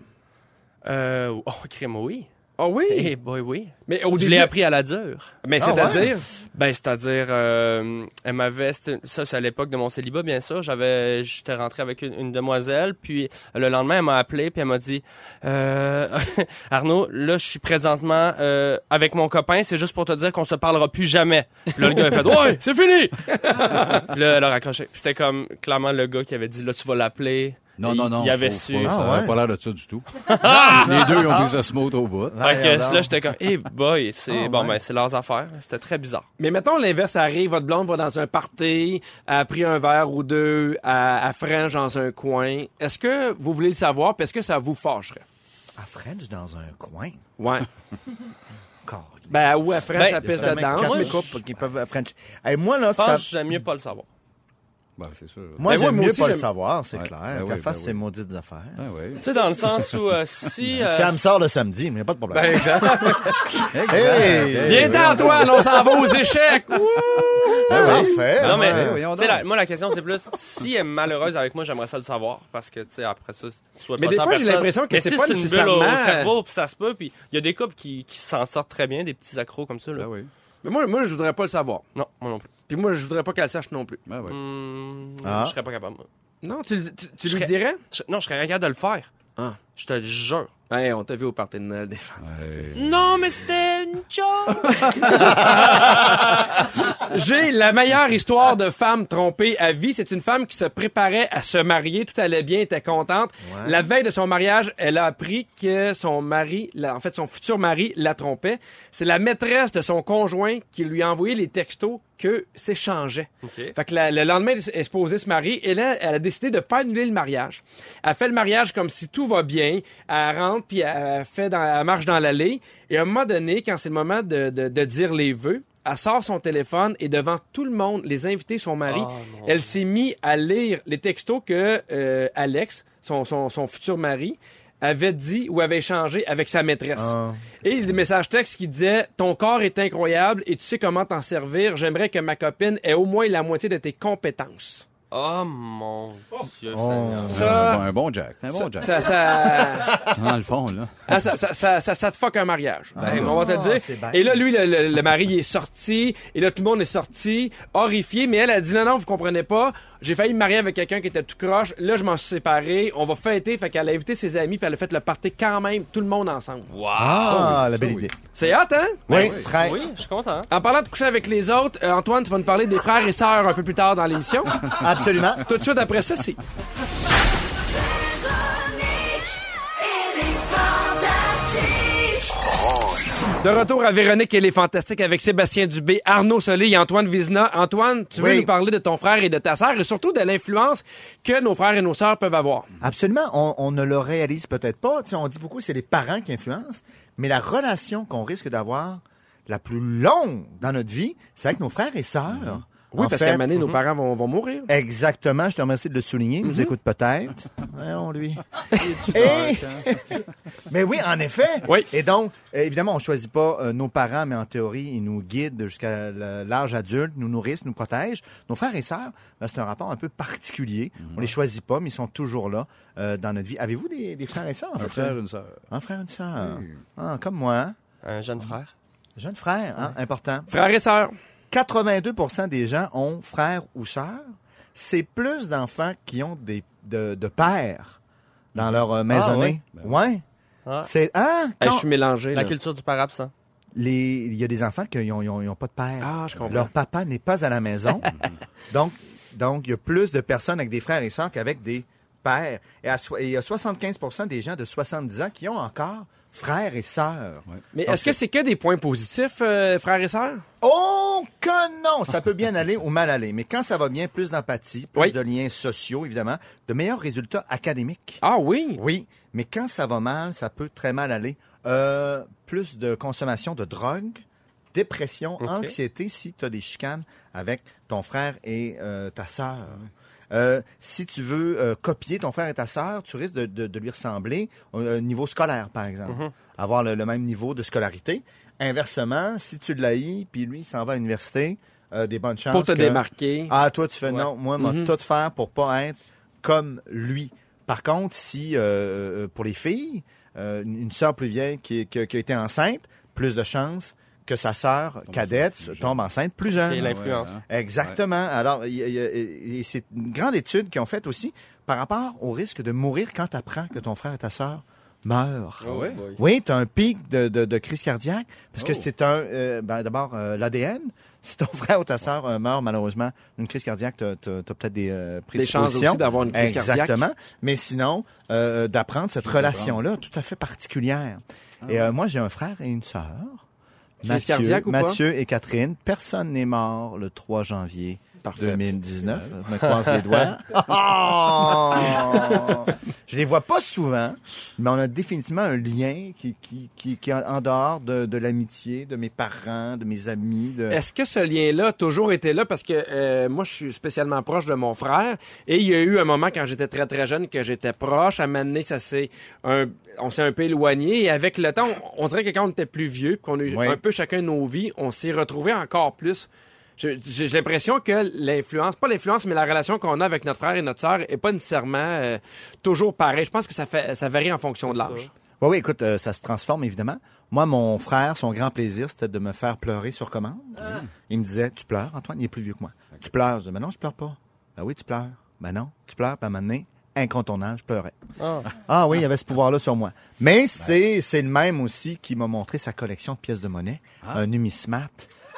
[SPEAKER 4] Euh, oh, crème, oui.
[SPEAKER 1] Ah oui?
[SPEAKER 4] Eh boy, oui.
[SPEAKER 1] *laughs* Mais au
[SPEAKER 4] Je
[SPEAKER 1] début,
[SPEAKER 4] l'ai appris à la dure.
[SPEAKER 1] Mais
[SPEAKER 2] Ah
[SPEAKER 1] c'est-à-dire,
[SPEAKER 4] Ben, c'est-à-dire, euh, elle m'avait, c'était- ça, c'est à l'époque de mon célibat, bien sûr. J'avais, j'étais rentré avec une, une demoiselle, puis le lendemain, elle m'a appelé, puis elle m'a dit, euh, *laughs* Arnaud, là, je suis présentement euh, avec mon copain. C'est juste pour te dire qu'on se parlera plus jamais. Puis là, le gars a fait, ouais, *laughs* c'est fini. Puis là, elle a raccroché. Puis C'était comme clairement le gars qui avait dit, là, tu vas l'appeler.
[SPEAKER 3] Non,
[SPEAKER 4] Il-
[SPEAKER 3] non, non.
[SPEAKER 4] il avait
[SPEAKER 3] je trouve
[SPEAKER 4] su.
[SPEAKER 3] pas, ça
[SPEAKER 2] Ah,
[SPEAKER 3] avait
[SPEAKER 2] ouais. Ah!
[SPEAKER 3] pas l'air de ça du
[SPEAKER 2] *laughs*
[SPEAKER 3] tout. Les deux, ils ont pris ça smooth au bout.
[SPEAKER 4] Fait que
[SPEAKER 2] alors.
[SPEAKER 4] là, j'étais comme, hey boy, c'est
[SPEAKER 2] Ah,
[SPEAKER 4] bon,
[SPEAKER 2] ouais.
[SPEAKER 4] ben, c'est leurs affaires. C'était très bizarre.
[SPEAKER 1] Mais mettons, l'inverse arrive. Votre blonde va dans un party, a pris un verre ou deux, à, French dans un coin. Est-ce que vous voulez le savoir? Parce que ça vous fâcherait.
[SPEAKER 2] À Ah, French dans un coin.
[SPEAKER 1] *laughs* Ouais.
[SPEAKER 2] Encore.
[SPEAKER 1] ben, ou à French,
[SPEAKER 4] Ben,
[SPEAKER 1] ça pisse
[SPEAKER 2] Ça met
[SPEAKER 1] dedans.
[SPEAKER 2] quatre
[SPEAKER 1] Mais-
[SPEAKER 2] couples qui peuvent à French. Hey, moi, là,
[SPEAKER 4] Je pense
[SPEAKER 2] ça.
[SPEAKER 4] que j'aime mieux pas le savoir.
[SPEAKER 3] Ben, c'est sûr.
[SPEAKER 2] Moi,
[SPEAKER 1] Ben oui,
[SPEAKER 2] j'aime
[SPEAKER 1] moi
[SPEAKER 2] mieux
[SPEAKER 1] aussi,
[SPEAKER 2] pas le
[SPEAKER 1] j'aime-
[SPEAKER 2] savoir, c'est
[SPEAKER 3] Ouais,
[SPEAKER 2] clair.
[SPEAKER 3] ben
[SPEAKER 2] Qu'elle
[SPEAKER 3] oui,
[SPEAKER 2] fasse
[SPEAKER 3] ben
[SPEAKER 2] ses
[SPEAKER 3] oui.
[SPEAKER 2] maudites affaires.
[SPEAKER 3] Ah, ouais.
[SPEAKER 4] Tu sais, dans le sens où euh, si. euh,
[SPEAKER 2] Si elle me sort le samedi, mais pas de problème. *laughs*
[SPEAKER 3] Exact.
[SPEAKER 2] Hey!
[SPEAKER 3] Hey,
[SPEAKER 1] Viens
[SPEAKER 3] voyons
[SPEAKER 1] t'en, Antoine, on s'en va *laughs* aux échecs.
[SPEAKER 3] Ben oui.
[SPEAKER 2] Parfait. Ah,
[SPEAKER 4] Non, mais,
[SPEAKER 3] ouais, voyons
[SPEAKER 4] tu sais,
[SPEAKER 3] donc.
[SPEAKER 4] la- moi, la question, c'est plus, si elle est malheureuse avec moi, j'aimerais ça le savoir. Parce que, tu sais, après ça, tu sois
[SPEAKER 1] Mais
[SPEAKER 4] pas
[SPEAKER 1] des
[SPEAKER 4] sans
[SPEAKER 1] fois, j'ai
[SPEAKER 4] personne.
[SPEAKER 1] l'impression que
[SPEAKER 4] Mais
[SPEAKER 1] c'est
[SPEAKER 4] si
[SPEAKER 1] pas
[SPEAKER 4] une bulle au
[SPEAKER 1] nécessairement- euh,
[SPEAKER 4] cerveau, puis ça se peut, puis il y a des couples qui, qui s'en sortent très bien, des petits accros comme ça, là.
[SPEAKER 3] Ben oui.
[SPEAKER 1] Mais moi, moi, je voudrais pas le savoir.
[SPEAKER 4] Non, moi non plus.
[SPEAKER 1] Puis moi, je voudrais pas qu'elle sache non plus.
[SPEAKER 3] Ben oui.
[SPEAKER 4] Hmm,
[SPEAKER 2] Ah.
[SPEAKER 4] Je serais pas capable. moi.
[SPEAKER 1] Non, tu, le- tu, tu
[SPEAKER 4] Je
[SPEAKER 1] lui
[SPEAKER 4] serais-
[SPEAKER 1] dirais?
[SPEAKER 4] Je- non, je serais incapable de le faire.
[SPEAKER 1] Ah.
[SPEAKER 4] Je te le jure.
[SPEAKER 1] Hey, Ben, on t'a vu au party de Noël des femmes.
[SPEAKER 3] Hey.
[SPEAKER 4] Non, mais c'était une joke.
[SPEAKER 1] J'ai la meilleure histoire de femme trompée à vie. C'est une femme qui se préparait à se marier. Tout allait bien, était contente. La veille de son mariage, elle a appris que son mari, la- en fait, son futur mari la trompait. C'est la maîtresse de son conjoint qui lui a envoyé les textos que s'échangeaient. Fait que la- le lendemain, elle est supposée se marier. Et là, elle a décidé de pas annuler le mariage. Elle fait le mariage comme si tout va bien. Elle rentre, puis elle, fait dans, elle marche dans l'allée. Et à un moment donné, quand c'est le moment de, de- de dire les vœux, elle sort son téléphone et devant tout le monde, les invités, son mari, elle s'est mise à lire les textos que euh, Alex, son, son, son futur mari, avait dit ou avait échangé avec sa maîtresse.
[SPEAKER 2] Ah.
[SPEAKER 1] Et des messages textes qui disaient Ton corps est incroyable et tu sais comment t'en servir. J'aimerais que ma copine ait au moins la moitié de tes compétences.
[SPEAKER 4] Oh mon dieu, Seigneur.
[SPEAKER 2] Oh.
[SPEAKER 1] Ça-
[SPEAKER 3] Un bon- un bon Jack. Un bon
[SPEAKER 1] Ça,
[SPEAKER 3] Jack.
[SPEAKER 1] ça, ça-
[SPEAKER 3] Dans le fond, là.
[SPEAKER 1] ah, ça- ça- ça- ça- ça te fuck un mariage. Ben, on va te le dire.
[SPEAKER 2] Ah, c'est bien.
[SPEAKER 1] Et là, lui, le, le- le mari il est sorti. Et là, tout le monde est sorti, horrifié. Mais elle a dit Non, non, vous comprenez pas. J'ai failli me marier avec quelqu'un qui était tout croche. Là, je m'en suis séparé. On va fêter. Fait qu'elle a invité ses amis. Puis elle a fait le party quand même, tout le monde ensemble.
[SPEAKER 2] Ah, la belle
[SPEAKER 3] oui.
[SPEAKER 2] idée.
[SPEAKER 1] C'est hot, hein?
[SPEAKER 2] Oui, très.
[SPEAKER 4] Oui, je suis content. hein.
[SPEAKER 1] En parlant de coucher avec les autres, euh, Antoine, tu vas nous parler des frères et sœurs un peu plus tard dans l'émission.
[SPEAKER 2] Absolument.
[SPEAKER 1] Tout de suite après ça, c'est.
[SPEAKER 5] Elle est fantastique.
[SPEAKER 1] De retour à Véronique et les Fantastiques avec Sébastien Dubé, Arnaud Solé et Antoine Vizna. Antoine, tu veux
[SPEAKER 2] Oui.
[SPEAKER 1] nous parler de ton frère et de ta sœur et surtout de l'influence que nos frères et nos sœurs peuvent avoir.
[SPEAKER 2] Absolument. On, on ne le réalise peut-être pas. Tu sais, on dit beaucoup que c'est les parents qui influencent, mais la relation qu'on risque d'avoir la plus longue dans notre vie, c'est avec nos frères et sœurs.
[SPEAKER 1] Oui,
[SPEAKER 2] En
[SPEAKER 1] parce
[SPEAKER 2] fait, mm-hmm.
[SPEAKER 1] qu'à un moment donné, nos parents vont, vont mourir.
[SPEAKER 2] Exactement, je te remercie de le souligner. Il nous écoute peut-être. Voyons, lui. Et- *laughs* mais oui, en effet.
[SPEAKER 1] Oui.
[SPEAKER 2] Et donc, euh, évidemment, on ne choisit pas euh, nos parents, mais en théorie, ils nous guident jusqu'à le- l'âge adulte, nous nourrissent, nous protègent. Nos frères et sœurs, ben, c'est un rapport un peu particulier.
[SPEAKER 3] Mhm.
[SPEAKER 2] On les choisit pas, mais ils sont toujours là euh, dans notre vie. Avez-vous des, des frères et sœurs, en
[SPEAKER 3] Un
[SPEAKER 2] fait?
[SPEAKER 3] frère, une sœur.
[SPEAKER 2] Un frère, une sœur. Ah, comme moi. hein?
[SPEAKER 4] Un jeune frère.
[SPEAKER 2] Jeune frère, hein, important.
[SPEAKER 1] Frères et sœurs.
[SPEAKER 2] 82 des gens ont frère ou sœur. C'est plus d'enfants qui ont des, de, de pères
[SPEAKER 1] Mhm.
[SPEAKER 2] dans leur
[SPEAKER 1] Ah
[SPEAKER 2] euh, maisonnée.
[SPEAKER 3] ouais? Ben
[SPEAKER 2] ouais.
[SPEAKER 4] Ah.
[SPEAKER 2] C'est hein,
[SPEAKER 1] Hey,
[SPEAKER 2] quand-
[SPEAKER 1] je suis mélangé.
[SPEAKER 4] La
[SPEAKER 1] là.
[SPEAKER 4] culture du père
[SPEAKER 2] hein.
[SPEAKER 4] absent.
[SPEAKER 2] les- il y a des enfants qui n'ont pas de père.
[SPEAKER 1] Ah, je comprends. Mhm.
[SPEAKER 2] Leur papa n'est pas à
[SPEAKER 1] *laughs*
[SPEAKER 2] la maison. donc, donc, il y a plus de personnes avec des frères et sœurs qu'avec des pères. Et, à so- et il y a 75 des gens de 70 ans qui ont encore frères et sœurs.
[SPEAKER 1] Mais est-ce que c'est que des points positifs, euh, frères et sœurs?
[SPEAKER 2] Oh que non! Ça peut bien aller ou mal aller, mais quand ça va bien, plus d'empathie, plus
[SPEAKER 1] Oui.
[SPEAKER 2] de liens sociaux, évidemment, de meilleurs résultats académiques.
[SPEAKER 1] Ah oui.
[SPEAKER 2] Oui, mais quand ça va mal, ça peut très mal aller. Euh, plus de consommation de drogue, dépression, anxiété si tu as des chicanes avec ton frère et euh, ta sœur. Euh, si tu veux euh, copier ton frère et ta sœur, tu risques de, de- de lui ressembler au au niveau scolaire, par exemple.
[SPEAKER 1] Mhm.
[SPEAKER 2] Avoir le, le même niveau de scolarité. Inversement, si tu l'haïs, puis lui, il s'en va à l'université, euh, des bonnes chances.
[SPEAKER 1] Pour te
[SPEAKER 2] que-
[SPEAKER 1] démarquer.
[SPEAKER 2] ah, toi, tu fais non. Moi, moi, tout faire pour pas être comme lui. Par contre, si euh, pour les filles, euh, une sœur plus vieille qui, qui- qui a été enceinte, plus de chances que sa sœur cadette
[SPEAKER 3] enceinte plus jeune.
[SPEAKER 2] tombe enceinte plus jeune.
[SPEAKER 4] Et l'influence.
[SPEAKER 3] Ouais, hein.
[SPEAKER 2] Exactement. Alors, il y a- il y a- et c'est une grande étude qu'ils ont faite aussi par rapport au risque de mourir quand tu apprends que ton frère et ta sœur meurent.
[SPEAKER 1] Ah ouais? Oh.
[SPEAKER 2] Oui, tu as un pic de, de- de crise cardiaque parce que c'est un. euh, ben, D'abord, euh, l'ADN. Si ton *laughs* frère ou ta sœur euh, meurt malheureusement d'une crise cardiaque, tu as, peut-être des
[SPEAKER 1] Des
[SPEAKER 2] euh,
[SPEAKER 1] chances
[SPEAKER 2] prédispositions.
[SPEAKER 1] aussi d'avoir une crise cardiaque.
[SPEAKER 2] Exactement. Mais sinon, euh, d'apprendre cette relation-là tout à fait particulière. Et euh, moi, j'ai un frère et une sœur.
[SPEAKER 1] Ah Crise cardiaque ou pas?
[SPEAKER 2] Mathieu et Catherine. Personne n'est mort le 3 janvier
[SPEAKER 1] Parfait.
[SPEAKER 2] 2019. Je me croise
[SPEAKER 1] *laughs*
[SPEAKER 2] les doigts. Oh! Je les vois pas souvent, mais on a définitivement un lien qui, qui, qui, qui est en dehors de, de l'amitié, de mes parents, de mes amis. De...
[SPEAKER 1] Est-ce que ce lien-là a toujours été là? Parce que euh, moi, je suis spécialement proche de mon frère. Et il y a eu un moment quand j'étais très, très jeune que j'étais proche. À un moment donné, ça s'est un, on s'est un peu éloigné. Et avec le temps, on, on dirait que quand on était plus vieux, puis qu'on a eu
[SPEAKER 2] Oui.
[SPEAKER 1] un peu chacun nos vies, on s'est retrouvés encore plus. Je- J'ai j'ai l'impression que l'influence, pas l'influence, mais la relation qu'on a avec notre frère et notre sœur est pas nécessairement euh, toujours pareille. Je pense que ça, fait, ça varie en fonction de l'âge.
[SPEAKER 2] Oui, oui, écoute, euh, ça se transforme évidemment. Moi, mon frère, son grand plaisir, c'était de me faire pleurer sur commande.
[SPEAKER 3] Ah.
[SPEAKER 2] Il me disait, tu pleures, Antoine, il est plus vieux que moi. Tu pleures. Je disais, ben non, je pleure pas. Ben oui, tu pleures. Ben non, tu pleures. Ben maintenant, incontournable, je pleurais.
[SPEAKER 4] Ah.
[SPEAKER 2] Ah oui, il y avait ce pouvoir-là sur moi.
[SPEAKER 3] Ben.
[SPEAKER 2] Mais c'est c'est le même aussi qui m'a montré sa collection de pièces de monnaie,
[SPEAKER 3] Ah.
[SPEAKER 2] un numismat.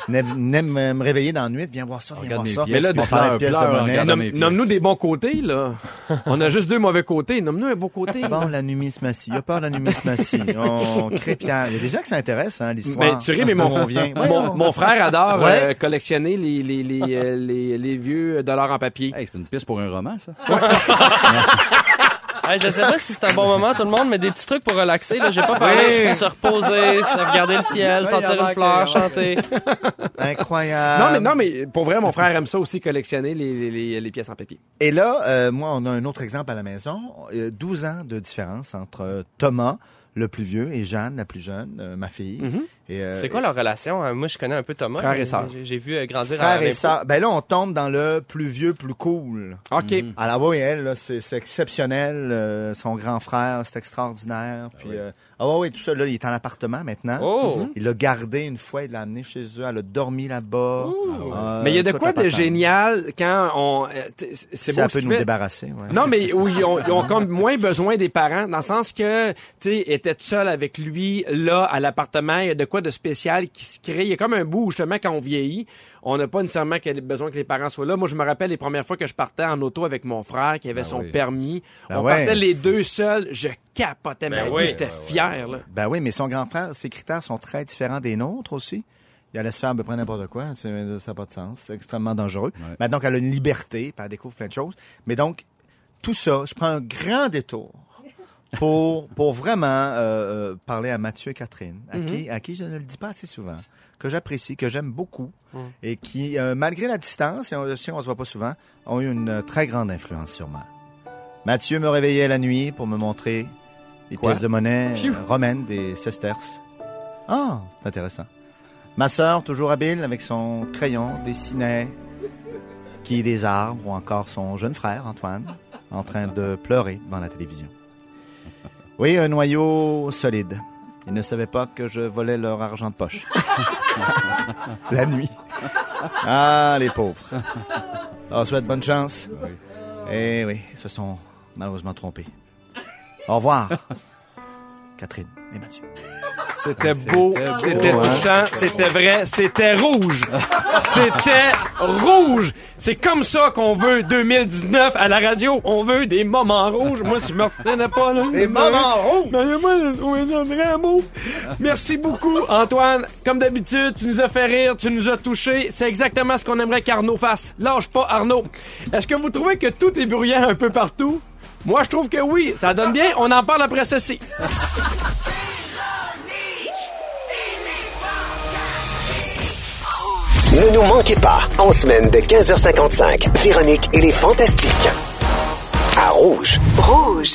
[SPEAKER 2] N'aime me réveiller dans la nuit, viens voir ça, viens
[SPEAKER 3] Regarde
[SPEAKER 2] voir
[SPEAKER 3] mes
[SPEAKER 2] ça.
[SPEAKER 3] pièces,
[SPEAKER 2] On
[SPEAKER 3] pleure,
[SPEAKER 2] parlait de pièces
[SPEAKER 3] pleure,
[SPEAKER 2] de monnaie.
[SPEAKER 3] regarde.
[SPEAKER 1] Nomme-
[SPEAKER 3] mes pièces.
[SPEAKER 1] Nomme-nous des bons côtés, là. on a juste deux mauvais côtés. Nomme-nous un beau
[SPEAKER 2] *laughs*
[SPEAKER 1] côté.
[SPEAKER 2] Bon, la numismatie. Il y a peur de
[SPEAKER 1] *laughs*
[SPEAKER 2] la numismatie. On crépient. Oh, Il y a des gens qui s'intéressent, hein, à l'histoire.
[SPEAKER 1] Mais Ben, tu ris, mais mon,
[SPEAKER 2] D'où on vient. Ouais,
[SPEAKER 1] *laughs* mon,
[SPEAKER 2] on-
[SPEAKER 1] mon frère adore
[SPEAKER 2] Ouais.
[SPEAKER 1] euh, collectionner les, les, les,
[SPEAKER 2] *laughs*
[SPEAKER 1] euh, les- les vieux dollars en papier.
[SPEAKER 2] Euh,
[SPEAKER 3] Hey, c'est une piste pour un roman, ça.
[SPEAKER 4] Hey, je sais pas si c'est un bon moment, tout le monde, mais des petits trucs pour relaxer. Là, j'ai pas parlé.
[SPEAKER 2] Oui.
[SPEAKER 4] Juste Se reposer, se regarder le ciel,
[SPEAKER 2] Oui,
[SPEAKER 4] sentir
[SPEAKER 2] avant
[SPEAKER 4] une fleur,
[SPEAKER 2] que-
[SPEAKER 4] chanter.
[SPEAKER 2] Incroyable.
[SPEAKER 1] non, mais, non, mais pour vrai, mon frère aime ça aussi, collectionner les, les- les- les pièces en papier.
[SPEAKER 2] Et là, euh, moi, on a un autre exemple à la maison. Euh, 12 ans de différence entre euh, Thomas, le plus vieux, et Jeanne, la plus jeune, euh, ma fille.
[SPEAKER 1] Mhm.
[SPEAKER 2] Et, euh,
[SPEAKER 4] C'est quoi leur relation? hein? Moi, je connais un peu Thomas.
[SPEAKER 1] Frère et
[SPEAKER 4] mais
[SPEAKER 1] sœur.
[SPEAKER 4] J'ai j'ai vu euh, grandir à
[SPEAKER 2] Frère et
[SPEAKER 4] l'impôt.
[SPEAKER 2] sœur. Ben là, on tombe dans le plus vieux, plus cool.
[SPEAKER 1] OK.
[SPEAKER 2] Alors oui, elle, là, c'est c'est exceptionnel. euh, son grand frère, c'est extraordinaire. Puis, euh, ah ouais, oui, tout ça, là, il est en appartement maintenant.
[SPEAKER 4] Oh!
[SPEAKER 2] Il l'a gardé une fois, il l'a amené chez eux, elle a dormi là-bas. Euh,
[SPEAKER 1] mais il y a de
[SPEAKER 2] toute
[SPEAKER 1] quoi
[SPEAKER 2] la
[SPEAKER 1] de
[SPEAKER 2] patente.
[SPEAKER 1] génial quand on... euh, t- C'est
[SPEAKER 2] Ça
[SPEAKER 1] beau
[SPEAKER 2] peut
[SPEAKER 1] ce qu'il
[SPEAKER 2] nous
[SPEAKER 1] fait.
[SPEAKER 2] débarrasser. ouais.
[SPEAKER 1] Non, mais où ils ont, ils ont comme moins besoin des parents, dans le sens que, tu sais, était seul avec lui, là, à l'appartement, il y a de quoi de spécial qui se crée. Il y a comme un bout, où, justement, quand on vieillit, on n'a pas nécessairement que- besoin que les parents soient là. Moi, je me rappelle les premières fois que je partais en auto avec mon frère, qui avait son
[SPEAKER 3] oui.
[SPEAKER 1] permis.
[SPEAKER 2] Ben
[SPEAKER 1] on
[SPEAKER 2] ouais.
[SPEAKER 1] partait les deux seuls, je capotais ma
[SPEAKER 4] Ben
[SPEAKER 1] vie,
[SPEAKER 4] oui.
[SPEAKER 1] j'étais fier, là.
[SPEAKER 2] Ben oui, mais son grand frère, ses critères sont très différents des nôtres aussi. Il allait se faire à peu près n'importe quoi. C'est- Ça n'a pas de sens. C'est extrêmement dangereux.
[SPEAKER 3] Ouais.
[SPEAKER 2] Maintenant qu'elle a une liberté, puis elle découvre plein de choses. Mais donc, tout ça, je prends un grand détour pour, pour vraiment euh, euh, parler à Mathieu et Catherine,
[SPEAKER 1] Mm-hmm.
[SPEAKER 2] à, qui, à qui je ne le dis pas assez souvent, que j'apprécie, que j'aime beaucoup,
[SPEAKER 1] Mm.
[SPEAKER 2] et qui, euh, malgré la distance, et on, si on se voit pas souvent, ont eu une euh, très grande influence sur moi. Mathieu me réveillait la nuit pour me montrer des
[SPEAKER 1] Quoi?
[SPEAKER 2] pièces de monnaie
[SPEAKER 1] Phew.
[SPEAKER 2] euh, romaines, des sesterces. Ah, c'est intéressant. Ma sœur, toujours habile, avec son crayon, dessinait qui des arbres ou encore son jeune frère, Antoine, en train de pleurer devant la télévision. Oui, un noyau solide. Ils ne savaient pas que je volais leur argent de poche. la nuit. Ah, les pauvres. Ah, On souhaite bonne chance. Eh oui, ils se sont malheureusement trompés. Au revoir, Catherine et Mathieu.
[SPEAKER 1] C'était beau,
[SPEAKER 3] beau,
[SPEAKER 1] c'était
[SPEAKER 2] hein?
[SPEAKER 1] touchant, c'était vrai, c'était rouge. C'était rouge. C'est comme ça qu'on veut 2019 à la radio. On veut des moments rouges. Moi, si je me retenais pas, là.
[SPEAKER 2] Et maman oh! rouge!
[SPEAKER 1] Mais moi, on est dans le vrai mot. Merci beaucoup, Antoine. Comme d'habitude, tu nous as fait rire, tu nous as touchés. C'est exactement ce qu'on aimerait qu'Arnaud fasse. Lâche pas, Arnaud. Est-ce que vous trouvez que tout est bruyant un peu partout? Moi, je trouve que oui. Ça donne bien. On en parle après ceci.
[SPEAKER 6] Ne nous manquez pas, en semaine de 15h55, Véronique et les Fantastiques. À Rouge.
[SPEAKER 7] Rouge.